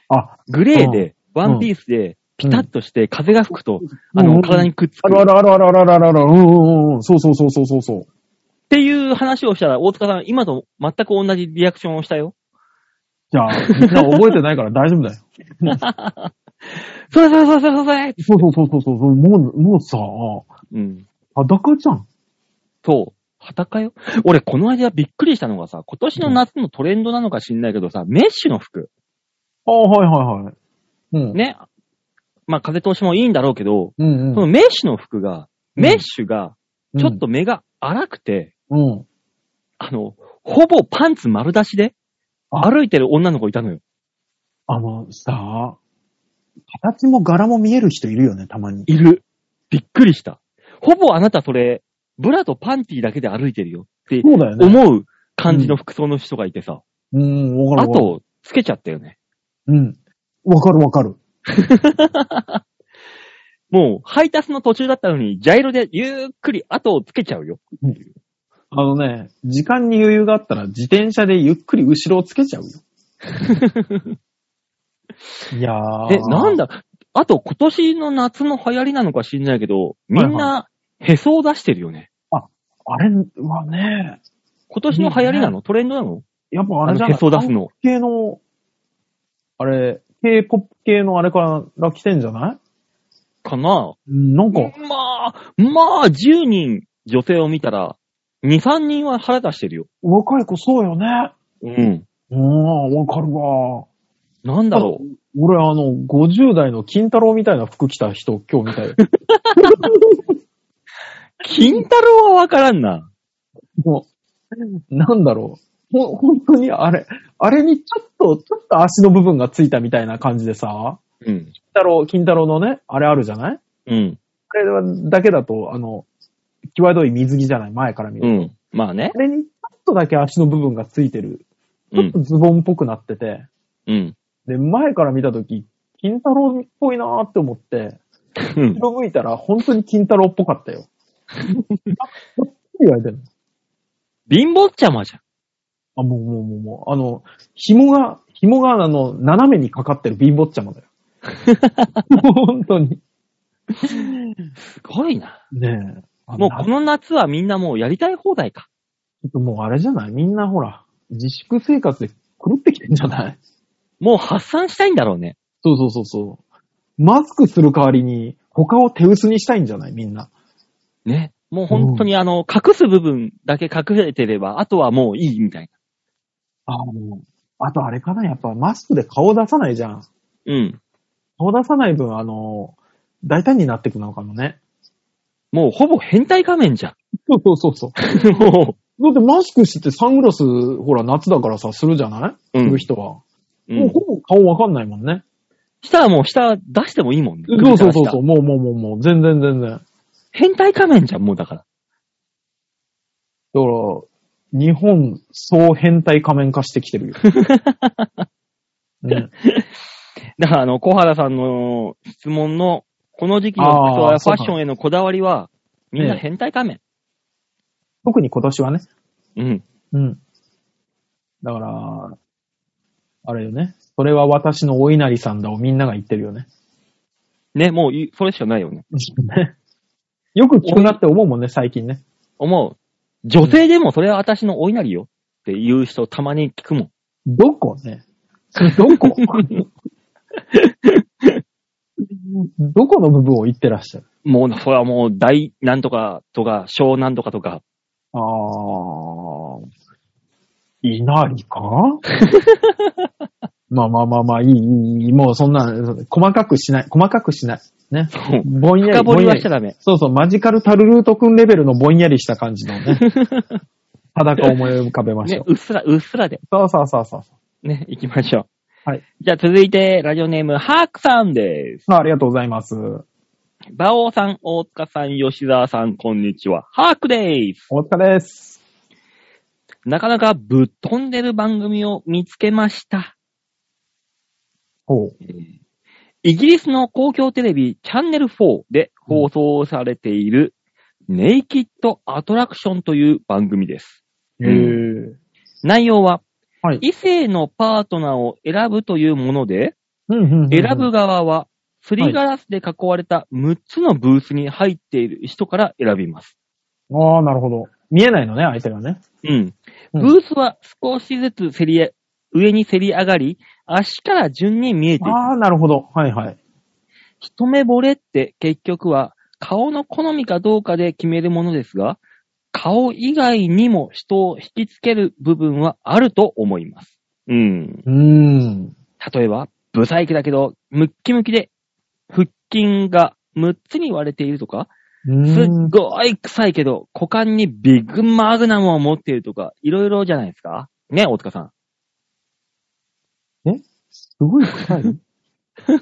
あ、グレーで、ワンピースで、ピタッとして風が吹くと、あうんうの、ん体にくっつくあるあっるあるあるあるあるある、うんうんうんうん、そうそうそうそうそうそう。ていう話をしたら、大塚さん、今と全く同じリアクションをしたよ。じゃあ、みんな覚えてないから 大丈夫だよ。それそれそれそれそれそうそうそうそうそう、もう、もうさ、うん。裸じゃん。そう。裸よ。俺、この間びっくりしたのがさ、今年の夏のトレンドなのか知んないけどさ、メッシュの服。ああ、はいはいはい。うん。ね。まあ、風通しもいいんだろうけど、うんうん。そのメッシュの服が、うんメッシュが、ちょっと目が荒くて、うん、うん。あの、ほぼパンツ丸出しで、あ歩いてる女の子いたのよ。あの、さ、形も柄も見える人いるよね、たまに。いる。びっくりした。ほぼあなたそれ、ブラとパンティだけで歩いてるよってそうだよね。思う感じの服装の人がいてさ、うん、わかあるわかる。と、つけちゃったよね。うん。わかるわかる。もう、配達の途中だったのに、ジャイロでゆっくり後をつけちゃうよ。あのね、時間に余裕があったら自転車でゆっくり後ろをつけ ちゃうよ。いやー。え、なんだ、あと今年の夏の流行りなのか知んないけど、みんな、へそを出してるよね。あれはね、今年の流行りなのトレンドなのやっぱああれじのゃなへいそを出すの。系の、あれ、K-POP 系のあれから来てんじゃないかなうんなんか、まあ、まあ、10人女性を見たら、2、3人は腹出してるよ。若い子そうよね。うん。うーん、わかるわ。なんだろう。俺、あの、50代の金太郎みたいな服着た人、今日見たよ。金太郎はわからんな。 もう、なんだろう。ほ、本当にあれ、あれにちょっと、ちょっと足の部分がついたみたいな感じでさ、うん。金太郎、金太郎のね、あれあるじゃないうん。あれはだけだと、あの、際どい水着じゃない、前から見うる。ん。まあね。あれにちょっとだけ足の部分がついてる。うちょっんと。ズボンっぽくなってて。うん。で、前から見たとき、金太郎っぽいなーって思って、うん後ろ向いたら本当に金太郎っぽかったよ。あ言われてる貧乏ちゃまじゃん。あ、もうもうもうもう、あの、紐が、紐があの、斜めにかかってる貧乏ちゃまだ よ。もう本当に。すごいな。ねえ。あもうなこの夏はみんなもうやりたい放題か。ちょっともうあれじゃないみんなほら、自粛生活で狂ってきてんじゃないもう発散したいんだろうね。そうそうそうそう。マスクする代わりに、他を手薄にしたいんじゃないみんな。ね。もう本当にあの、隠す部分だけ隠れてれば、あとはもういいみたいああ、もう。あとあれかなやっぱマスクで顔出さないじゃん。な。うん。顔出さない分、あの、大胆になってくのかもね。もうほぼ変態仮面じゃん。そうそうそうそう。 もだってマスクしててサングラス、ほら、夏だからさ、するじゃない、う。うすんる。人は。うもうんほぼ顔わかんないもんね。したらもう下出してもいいもんね。そうそうそう下そう。もうもうもうもう、全然全然。だか変態仮面じゃん、もうだから。ら、日本、総変態仮面化してきて るよ。ね、だからあの、小原さんの質問の、この時期の服装あやーフそァうッだションへのこだわりは、みんなええ変態仮面。特に今年はね。うん。うん。だから、あれよね。それは私のお稲荷さんだをみんなが言ってるよね。 ね、もうい、それしかないよね。ねよく聞くなって思うもんね、最近ね。思う。女性でもそれは私のお稲荷よっていう人たまに聞くもん。どこね。どこ どこの部分を言ってらっしゃるもう、それはもう、大なんとかとか、小なんとかとか。あー、稲荷か まあまあまあまあ、いい、いい、いいもうそんな、細かくしない、細かくしない。ね。ぼんやり、 深掘ぼんりやはりしちゃ。ダメ。そうそう、マジカルタルルートくんレベルのぼんやりした感じの ね。裸を思い浮かべましねょう。、うっすら、うっすらで。そうそうそうそう。ね、行きましょう。はい。じゃあ続いて、ラジオネーム、ハークさんです。あありがとうございます。バオさん、大塚さん、吉沢さん、こんにちは。ハークです。お疲れです。なかなかぶっ飛んでる番組を見つけました。ほう。えーイギリスの公共テレビチャンネル4で放送されている、ネイキッドアトラクションという番組です。へえ。内容は、はい異性のパートナーを選ぶというもので、うんうんうんうん選ぶ側は、すりガラスで囲われた6つのブースに入っている人から選びます。ああ、なるほど。見えないのね、相手がね。うん。うブんースは少しずつせりえ上にせり上がり、足から順に見えていく。ああ、なるほど。はいはい。一目惚れって結局は顔の好みかどうかで決めるものですが、顔以外にも人を引きつける部分はあると思います。うん。うーん。例えば、ブサイクだけど、ムッキムキで、腹筋が6つに割れているとか、うすっーん。ごい臭いけど、股間にビッグマグナムを持っているとか、いろいろじゃないですかね、大塚さん。すごい臭い 臭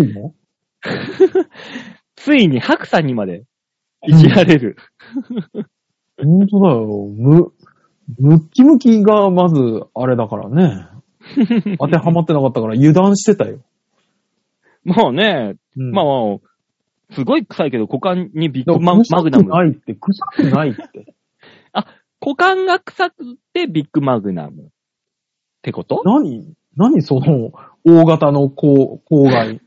いのついに白さんにまで、いじられる。 本当だよ。む、ムッキムキがまず、あれだからね。当てはまってなかったから油断してたよ。まあね、うんまあまあ、すごい臭いけど、股間にビッでもグママグナ臭くム。ないって、臭くないって。 股間が臭くてビッグマグナム。ってこと何何その、大型の郊郊外。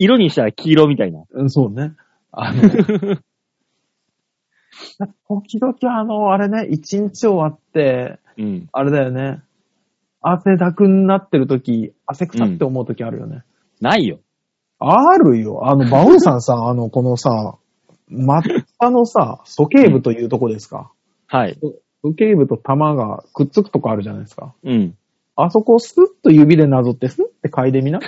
色にしたら黄色みたいな。うんそうね。あ の、時々あの、あれね、一日終わって、うん。あれだよね。汗だくになってる時、汗臭って思う時あるよね。ないよ。あるよ。あの、バオさん さ、あの、このさ、マッパのさ、鼠径部というとこですか。はい。鼠径部と玉がくっつくとこあるじゃないですか。うん。あそこをスッと指でなぞって、スッって嗅いでみな。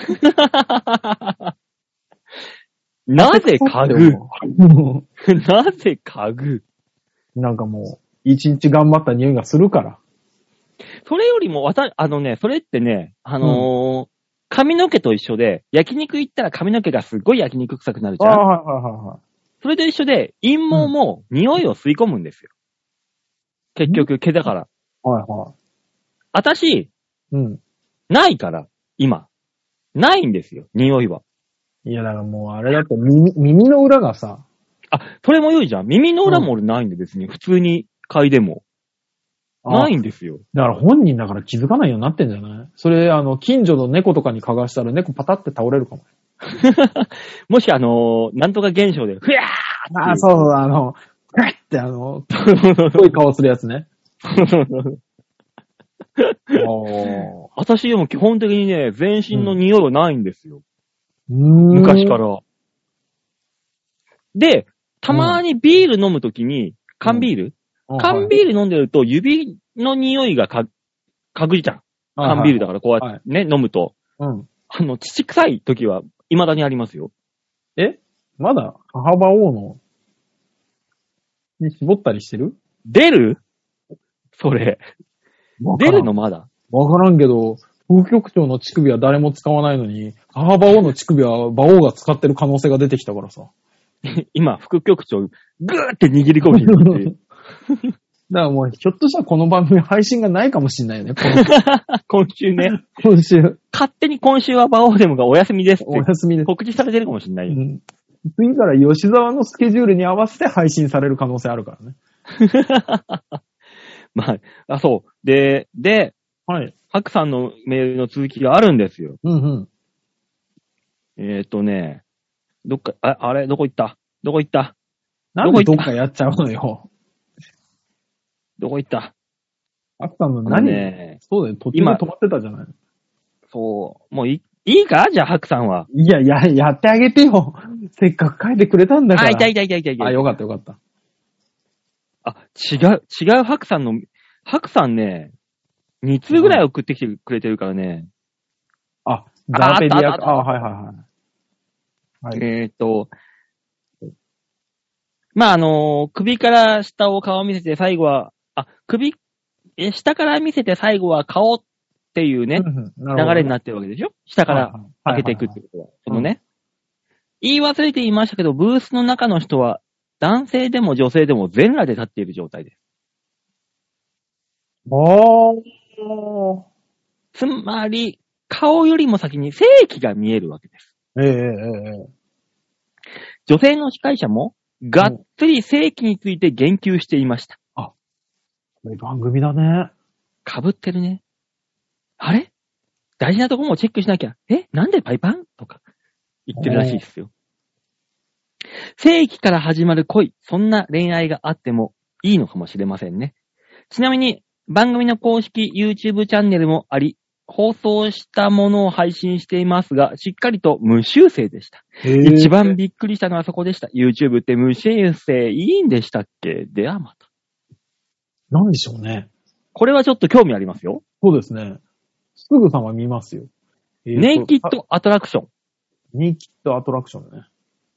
なぜ嗅ぐも なぜ嗅ぐう なんかもう、一日頑張った匂いがするから。それよりも、わた、あのね、それってね、あのー髪の毛と一緒で、焼肉行ったら髪の毛がすっごい焼肉臭くなるじゃああ、ん。はいはいはいはい。それと一緒で、陰毛も匂いを吸い込むんですよ。結局、毛だから。はいは私、い。うん。ないから、今。ないんですよ、匂いは。いや、だからもうあれだと耳、耳の裏がさ、。あ、それも良いじゃん。耳の裏も俺ないんで別に、普通に嗅いでも。ないいんですよ。 だから本人だから気づかないようになってんじゃないそれ、あの、近所の猫とかに嗅がしたら猫パタって倒れるかも。もしあのーなんとか現象で、ふやああ、そうそう、あの、グッってあの、ーすごい顔するやつね。お私でも基本的にね、全身の匂いはないんですよ。昔昔か。ら。で、たまにビール飲むときに、缶ビール、缶ビール飲んでると指の匂いがか、かぐじゃん。缶ビールだかからこうやってね、飲むと。ら。うん。あの、乳臭い時は未だにありますよ。えまだ、母馬王の、に絞ったりしてる出るそれ。出るのまだ。わからんけど、風局長の乳首は誰も使わないのに、母馬王の乳首は馬王が使ってる可能性が出てきたからさ。今、副局長、ぐーって握り込みに行って るだからもう、ひょっとしたらこの番組配信がないかもしんないよね。こ 今週ね、の今週、勝手に今週はバオーデムがお休みですっおて休みです。告知されてるかもしんないうよ。 ん次から吉沢のスケジュールに合わせて配信される可能性あるからね。まあ、あ、そう。で、で、はい。ハクさんのメールの続きがあるんですよ。うんうん。えっ、ー、とね、どっか、ああれ、どこ行ったどこ行ったなんでどどこ行っったかやっちゃうのよ。どこ行ったあったのあの何、ね、そうだよ。途中で今止まってたじゃないそう、もういいいかじゃあ、ハクさんは。いや、や、やってあげてよ。せっかく書いてくれたんだから。あ、痛い痛い痛い痛い痛あ、い。よかったよかった。あ、違う、違うハクさんの、ハクさんね、2通ぐらい送ってきてくれてるからね、あ、ザーペディああアっか。たあ、はいはいはい。はい。えーっと、まあ、あのー首から下を顔を見せて最後は、あ、首、え下から見せて最後は顔っていうね、流れにっなってるわけでしょ下から開けていくってことは。そのね、言い忘れていましたけど、ブースの中の人は男性でも女性でも全裸で立っている状態です。おー。つまり、顔よりも先に正規が見えるわけです。えええええ女性の司会者も、がっつり正規について言及していました。え。番組だね。かぶってるね。あれ大事なとこもチェックしなきゃ。えなんでパイパンとか言ってるらしいですよ。正規から始まる恋、そんな恋愛があってもいいのかもしれませんね。ちなみに、番組の公式 YouTube チャンネルもあり、放送したものを配信していますが、しっかりと無修正でした。一番びっくりしたのはそこでした。YouTube って無修正いいんでしたっけではまた。なんでしょうね。これはちょっと興味ありますよ。そうですね。すぐさま見ますよ。えーとネイキッ。ドアトラクション。ネイキッドアトラクションね。っ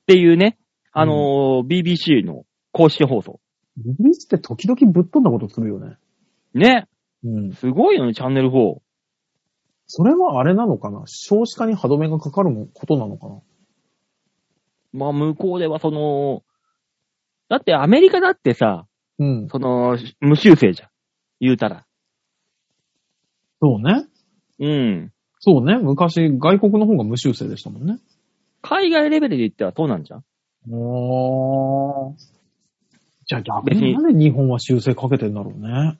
ていうね、あのー BBC の公式放送。イギリスって時々ぶっ飛んだことするよね。ね。うん。すごいよね、チャンネル4。それはあれなのかな少子化に歯止めがかかるもことなのかなまあ、向こうではその、だってアメリカだってさ、うん。その、無修正じゃん。言うたら。そうね。うん。そうね。昔、外国の方が無修正でしたもんね。海外レベルで言ってはそうなんじゃんおー。じゃあ逆になんで日本は修正かけてんだろうね。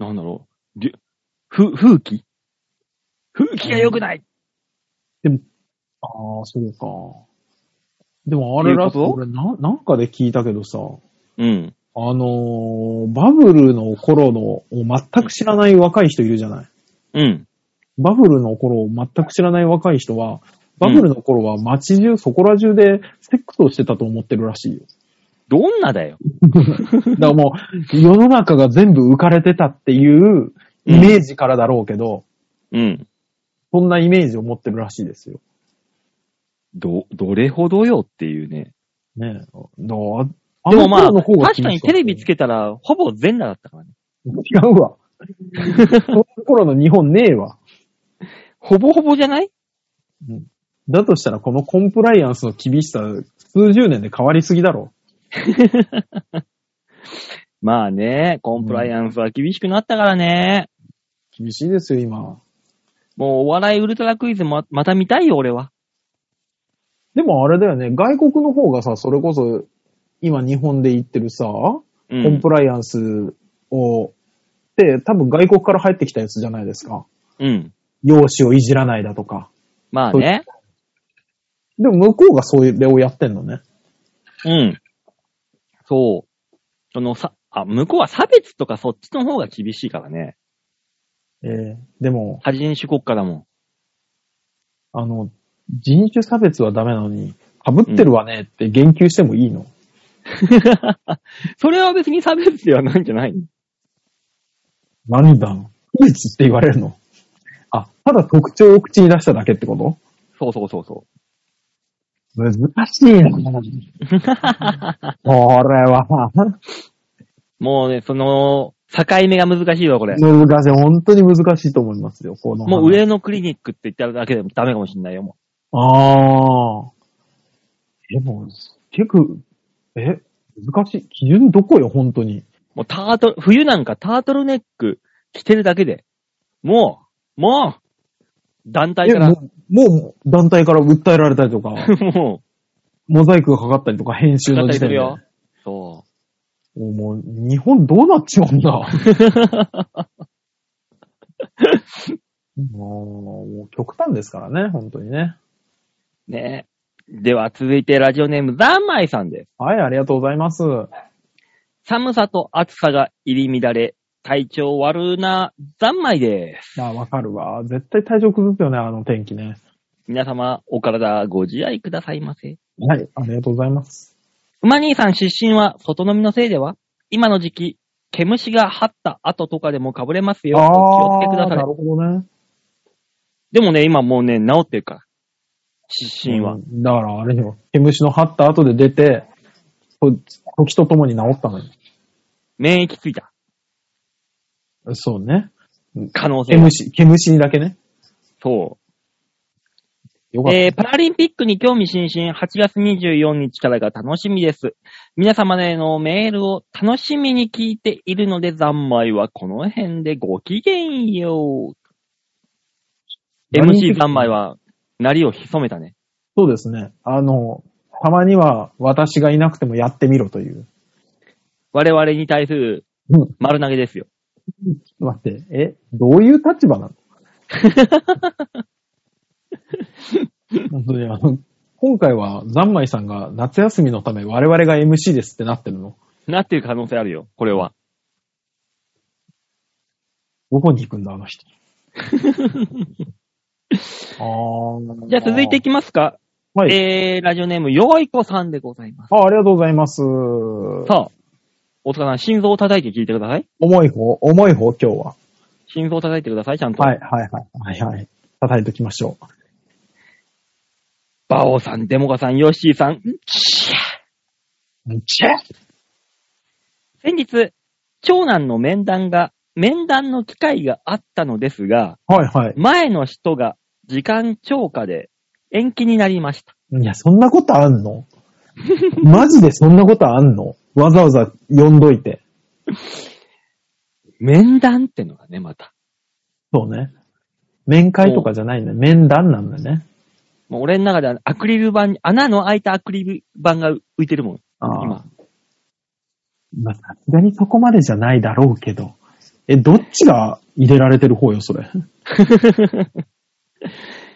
なんだろう。りゅふ、風紀風紀が良くないああ、そうか。でもあれらいうこと俺な、なんかで聞いたけどさ、うん。あのーバブルの頃のを全く知らない若い人いるじゃない。うん。バブルの頃を全く知らない若い人は、バブルの頃は街中、そこら中でセックスをしてたと思ってるらしいよ。どんなだよ。だからもう、世の中が全部浮かれてたっていうイメージからだろうけど、うん。そんなイメージを持ってるらしいですよ。ど、どれほどよっていうね。ねえ。だからあでもまあ、の頃の方が確かにテレビつけたら、ほぼ全裸だったからね。違う わ。その頃の日本ねえわ。ほぼほぼじゃないだとしたらこのコンプライアンスの厳しさ、数十年で変わりすぎだろ。まあね、コンプライアンスは厳しくなったからね。厳しいですよ、今。もうお笑いウルトラクイズま、また見たいよ、俺は。でもあれだよね、外国の方がさ、それこそ、今日本で言ってるさ、コうん。ンプライアンスを、って多分外国から入ってきたやつじゃないですか。うん。容姿をいじらないだとか。まあね。でも向こうがそれをやってんのね。うん。そう。そのさ、あ、向こうは差別とかそっちの方が厳しいからね。ええでも、八人種国家だもあの、人種差別はダメなのに、被ってるわねって言及してもいいの、ん。 それは別に差別ではないんじゃないなんだ差別って言われるのあ、ただ特徴を口に出しただけってことそうそうそうそ難しいな。これは、う。もうね、その、境目が難しいわ、これ。難しい。本当に難しいと思いますよ、この話。もう上のクリニックって言っただけでもダメかもしんないよ、もああ。でも、結構、え、難しい。基準どこよ、本当に。う。もうタートル、冬なんかタートルネック着てるだけで、もう、もう、団体え、から、もう、もう団体から訴えられたりと か、もモザイクがかかったりとか、編う、使集っのたり時す点るで。よ。そもう、日本どうなっちゃうんだ もう、もう極端ですからね、本当にね。う。ねでは続いてラジオネーム、ザンマイさんです。はい、ありがとうございます。寒さと暑さが入り乱れ、体調悪な三昧です。あ、わかるわ。絶対体調崩すよね、あの天気ね。皆様、お体ご自愛くださいませ。はい、ありがとうございます。馬兄さん出身は外飲みのせいでは今の時期、毛虫が張った後とかでもかぶれますよ。お気をつけくださ。ーないるほどね。でもね、今もうね、治ってるから。失神は。うんだからあれよ、毛虫の張った後で出て、こ時とともに治ったのよ。免疫ついた。そうね。可能性毛は。虫、毛虫にだけね。そよかう。った。えー、パラリンピックに興味津々、8月24日からが楽しみです。皆様へのメールを楽しみに聞いているので、残枚はこの辺でごきげんよう。何言っ MC て残枚は、なりを潜めたね。そうですね。あの、たまには私がいなくてもやってみろという。我々に対するうん丸投げですよ。待って、え、どういう立場なの本当にあの、今回はザンマイさんが夏休みのため我々が MC ですってなってるの。なってる可能性あるよ、これは。どこに行くんだ、あの 人。あーじゃあ続いてい、きますか。はい。えー、ラジオネーム、よいこさんでございます。あありがとうございます。さあ、大塚さん、心臓を叩いて聞いてください。重い方、重い方、今日は。心臓を叩いてください、ちゃんと。はい、はい、はい、はい、はい。叩いときましょう。バオさん、デモカさん、ヨッシーさん、チャチェ先日、長男の面談が、面談の機会があったのですが、はい、はい。前の人が時間超過で延期になりました。いや、そんなことあんの マジでそんなことあんのわざわざ呼んどいて。面談ってのがね、また。そうね。面会とかじゃないんだ。面談なんだね。もう俺の中ではアクリル板に、穴の開いたアクリル板が浮いてるもん、ああ今。まあ、さすがにそこまでじゃないだろうけど。え、どっちが入れられてる方 よ、それ。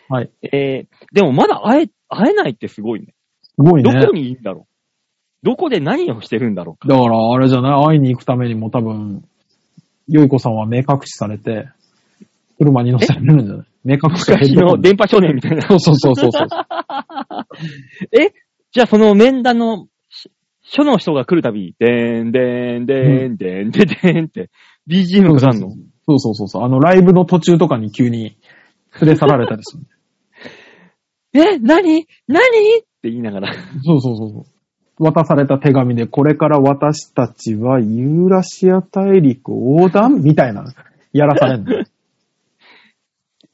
はい。えー、でもまだ会え、会えないってすごいね。すごいどね。こにいんだろう。どこで何をしてるんだろうか。だから、あれじゃない会いに行くためにも多分、よいこさんは目隠しされて、車に乗せられるんじゃない目隠し され昔て。の電波少年みたいな。そうそうそうそうそう。えじゃあその面談のし書の人が来るたび、でーん、でーん、でーん、でーん、でーんでーんって、BGM があんのそうそうそうそう。あの、ライブの途中とかに急に連れ去られたりする。え何何って言いながら。 そうそうそうそう。渡された手紙で、これから私たちはユーラシア大陸横断みたいな、やらされん の。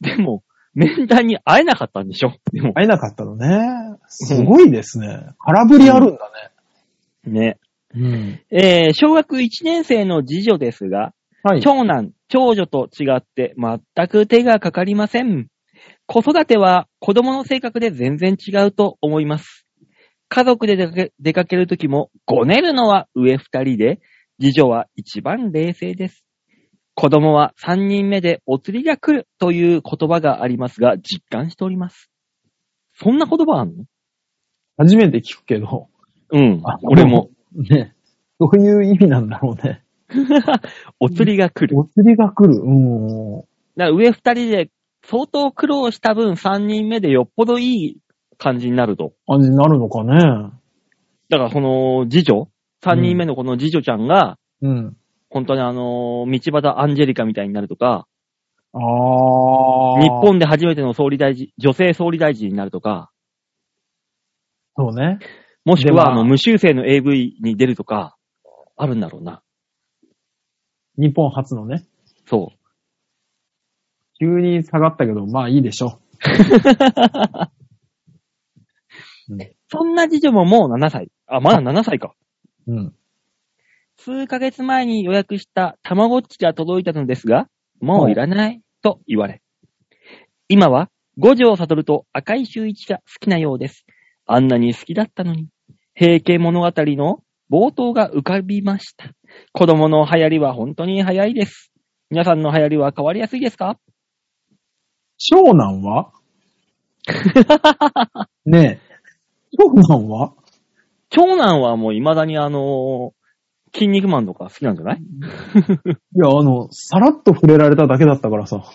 でも、面談に会えなかったんでしょでも、会えなかったのね。すごいですね。空振りあるんだね。ね。うん。えー小学1年生の次女ですが、はい。長男、長女と違って全く手がかかりません。子育ては子供の性格で全然違うと思います。家族で出かけ出かけるときも、ごねるのは上二人で、次女は一番冷静です。子供は三人目でお釣りが来るという言葉がありますが、実感しております。そんな言葉あんの初めて聞くけど。うんあ。俺も。ね。どういう意味なんだろうね。お釣りが来る。 お釣りが来る。うん。だから上二人で相当苦労した分、三人目でよっぽどいい感じになると。感じになるのかね。だからその次女、三人目のこの次女ちゃんが、うん。本当にあのー、道端アンジェリカみたいになるとか、ああ。日。本で初めての総理大臣、女性総理大臣になるとか、そうね。もしくでははあの、無修正の AV に出るとか、あるんだろうな。日本初のね。そう。 急に下がったけど、まあいいでしょそんな次女ももう7歳。あ、まだ7歳か。う。うん。数ヶ月前に予約したたまごっちが届いたのですが、もういらないと言われ。今は五条悟と赤い周一が好きなようです。あんなに好きだったのに。平家物語の冒頭が浮かびました。子供の流行りは本当に早いです。皆さんの流行りは変わりやすいですか長男 はねえ。長男は長男はもう未だにあのー筋肉マンとか好きなんじゃないいや、あの、さらっと触れられただけだったからさ。だか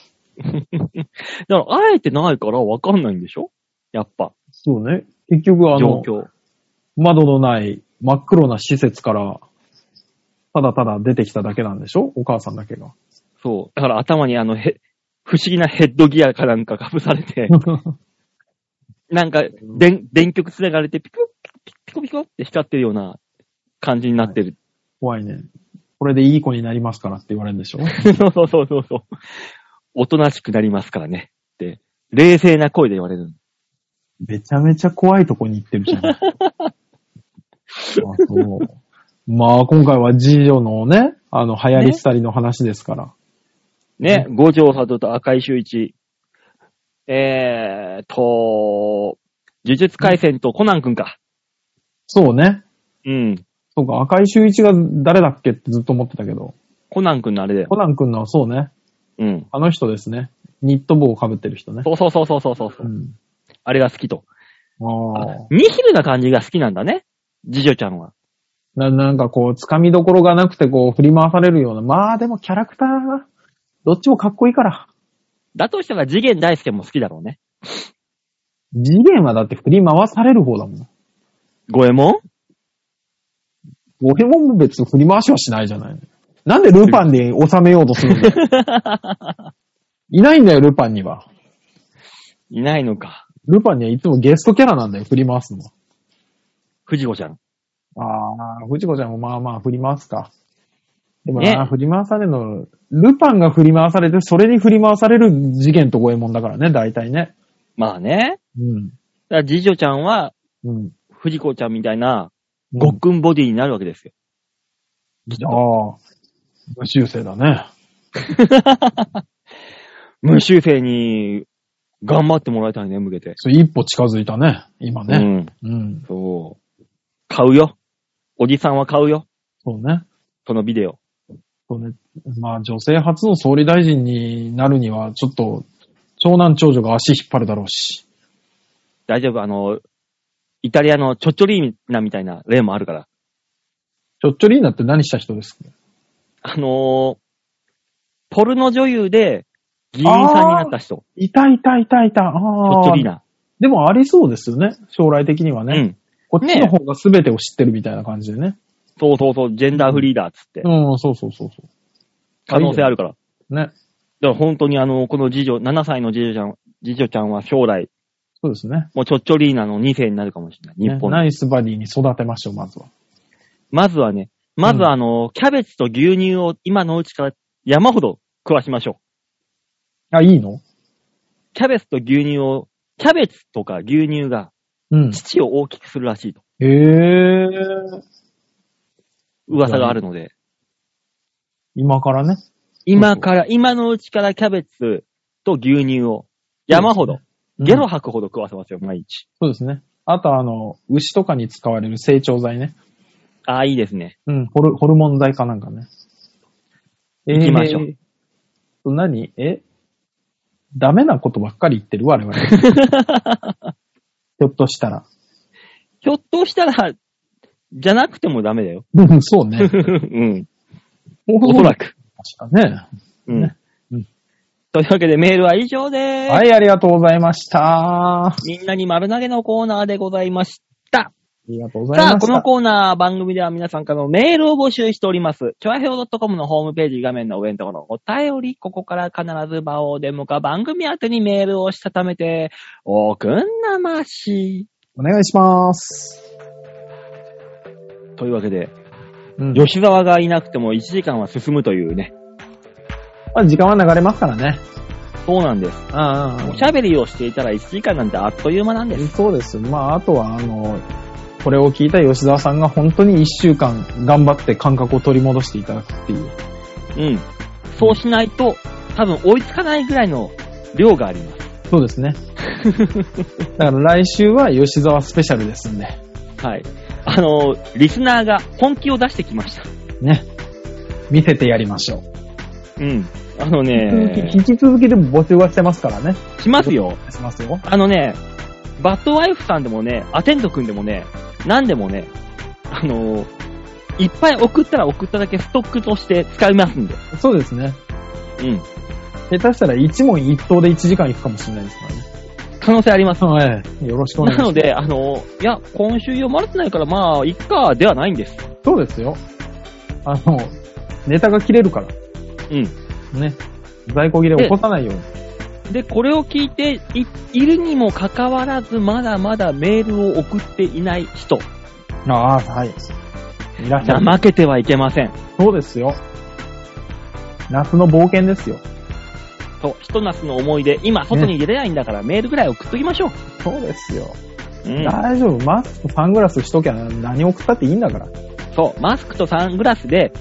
ら、会えてないからわかんないんでしょやっぱ、そうね。結局、あ状の、況。窓のない真っ黒な施設から、ただただ出てきただけなんでしょお母さんだけが。 そう。だから頭にあの、へ、不思議なヘッドギアかなんかかぶされて、なんか、でん電極つながれて、ピコピコ、ピコピコって光ってるような感じになってる。怖いね。これでいい子になりますからって言われるんでしょ そうそうそうそうそう。おとなしくなりますからね。って、冷静な声で言われる。めちゃめちゃ怖いとこに行ってるじゃん。 あそうまあ、今回は次女のね、あの、流行り廃りの話ですから。ね、五条里と赤井秀一。えーと、呪術回戦とコナンくんか。そうね。うん。そうか、赤井秀一が誰だっけってずっと思ってたけど。コナンくんのあれだよ。コナン君のはそうね。うん。あの人ですね。ニット帽をかぶってる人ね。そうそうそうそうそうそう。うん。あれが好きと。ああ。ニヒルな感じが好きなんだね。次女ちゃんは。な、なんかこう、掴みどころがなくてこう、振り回されるような。まあでもキャラクター、どっちもかっこいいから。だとしたら次元大介も好きだろうね。次元はだって振り回される方だもん。ゴエモン俺もも別に振り回しはしないじゃない。なんでルパンで収めようとするんだよ。いないんだよ、ルパンには。いないのか。ルパンにはいつもゲストキャラなんだよ、振り回すのは。藤子ちゃん。ああ、藤子ちゃんもまあまあ振り回すか。でもねな、振り回されるの、ルパンが振り回されて、それに振り回される次元と五右衛門だからね、大体ね。まあね。うだん。から次女ちゃんはうん。藤子ちゃんみたいなごごっくんボディになるわけですよ。 ああ、無修正だね。無修正に頑張ってもらいたいね、向けて。そう、一歩近づいたね。今うね。ん。うん。そう。買うよ。おじさんは買うよ。そうね。そのビデオ。そうね。まあ、女性初の総理大臣になるには、ちょっと、長男長女が足引っ張るだろうし。大丈夫。あの、イタリアのちょっちょりーなみたいな例もあるから。ちょっちょりーナって何した人ですかあのー、ポルノ女優で議員さんになった人。ちいたいたいたいた。あょあ。っちょりーナ。でもありそうですよね。将来的にはうね。ん。こっちの方が全てを知ってるみたいな感じでね。そうそうそう、ジェンダーフリーだっつって。うん、そうそうそうそう。可能性あるから。ね。だから本当にあの、この次女、7歳の次女ちゃん、次女ちゃんは将来、そうですね。もうちょっちょりーなの2世になるかもしれない。日ね本でナイスバディに育てましょう、まずは。まずはね、まずうんあの、キャベツと牛乳を今のうちから山ほど食わしましょあ、いいのう。キャベツと牛乳を、キャベツとか牛乳がうん。父を大きくするらしいと。へえ。噂があるので、今からね。今から、今のうちからキャベツと牛乳を山ほど、うんゲロ吐くほど食わせますよ、毎日。そうですね。あと、あの、牛とかに使われる成長剤ね。ああ、いいですね。うん、ホル、ホルモン剤かなんかね。行きましょうえー何えダメなことばっかり言ってる我々。ひ ょっとしたら。ひょっとしたら、じゃなくてもダメだよ。うん、 そうね。うん。お おそらく。く。ね。うん。うんというわけでメールは以上です。はい、ありがとうございました。あみんなに丸投げのコーナーでございました。りがとうございましさた。あ、このコーナー、番組では皆さんからのメールを募集しております。ちょあへお .com のホームページ画面の上のところ、お便り、ここから必ず場をデモか番組宛てにメールをしたためて、おくんなまし。お願いします。というわけで、うん。吉沢がいなくても1時間は進むというね。まあ、時間は流れますからね。そうなんです。うんおしゃべりをしていたら1時間なんてあっという間なんです。そうです。まあ、あとは、あの、これを聞いた吉沢さんが本当に一週間頑張って感覚を取り戻していただくっていう。うん。そうしないと、多分追いつかないぐらいの量があります。そうです ね。だから来週は吉沢スペシャルですんで。はい。あのー、リスナーが本気を出してきました。ね。見せてやりましょう。うん。あの引 ね、き続きでも募集はしてますからね。しますよ。しますよ。あのね、バッドワイフさんでもね、アテンド君でもね、何でもね、あのー、いっぱい送ったら送っただけストックとして使いますんで。そうですね。うん。下手したら一問一答で1時間いくかもしれないですからね。可能性あります。はい。よろしくお願いしなます。ので、あのー、いや、今週読まれてないから、まあ、いっか、ではないんです。そうですよ。あの、ネタが切れるから。うん。ね。在庫切れ起こさないように。で、これを聞いていいるにもかかわらず、まだまだメールを送っていない人、ああ、はい。いらっしゃい。怠けてはいけません。そうですよ。夏の冒険ですよ。と、ひと夏の思い出、今、外に出れないんだから、メールぐらい送っときましょう。そうですよ。うん。大丈夫。マスク、サングラスしときゃ何送ったっていいんだから。そう、マスクとサングラスで、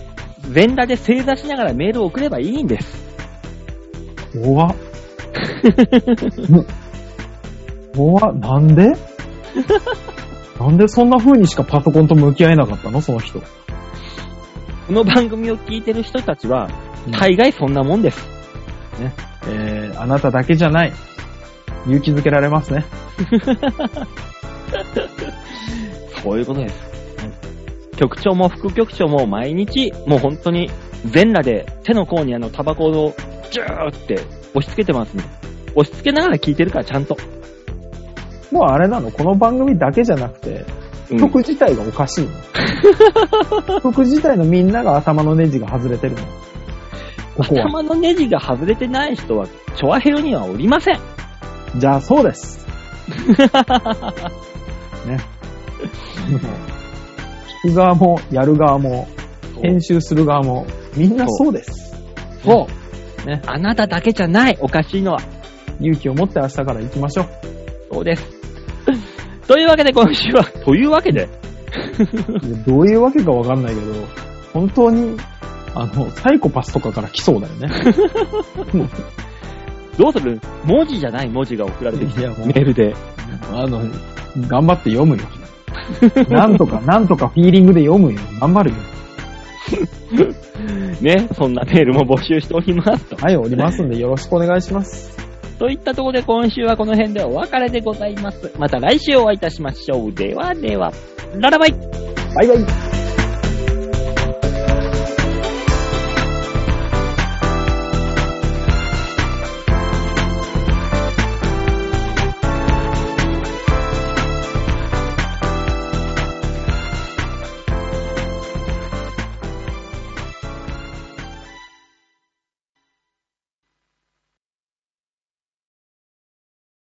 全裸で正座しながらメールを送ればいいんです。怖っ。 怖っ。なん でなんでそんな風にしかパソコンと向き合えなかったのその人。この番組を聞いてる人たちはうん、大概そんなもんです。えー、あなただけじゃない。勇気づけられますね。そういうことです。局長も副局長も毎日、もう本当に全裸で手の甲にあのタバコをジューって押し付けてますね。押し付けながら聞いてるからちゃんと。もうあれなのこの番組だけじゃなくて、うん曲自体がおかしい の。曲自体のみんなが頭のネジが外れてるの。ここは。頭のネジが外れてない人は、チョアヘロにはおりません。じゃあそうです。 ね。もう聞く側も、やる側も、編集する側も、みんなそうです。そう。ね、あなただけじゃない、おかしいのは。勇気を持って明日から行きましょう。そうです。というわけで今週は、というわけ で、どういうわけかわかんないけど、本当に、あの、サイコパスとかから来そうだよね。どうする文字じゃない文字が送られてきいや、もた。うメ、ールで。あの、頑張って読 むよ。なんとか、なんとかフィーリングで読むよ。頑張るよ。ね、そんなメールも募集しておりますと。はい、おりますんでよろしくお願いします。といったところで今週はこの辺でお別れでございます。また来週お会いいたしましょう。ではでは、ララバイバイバイ。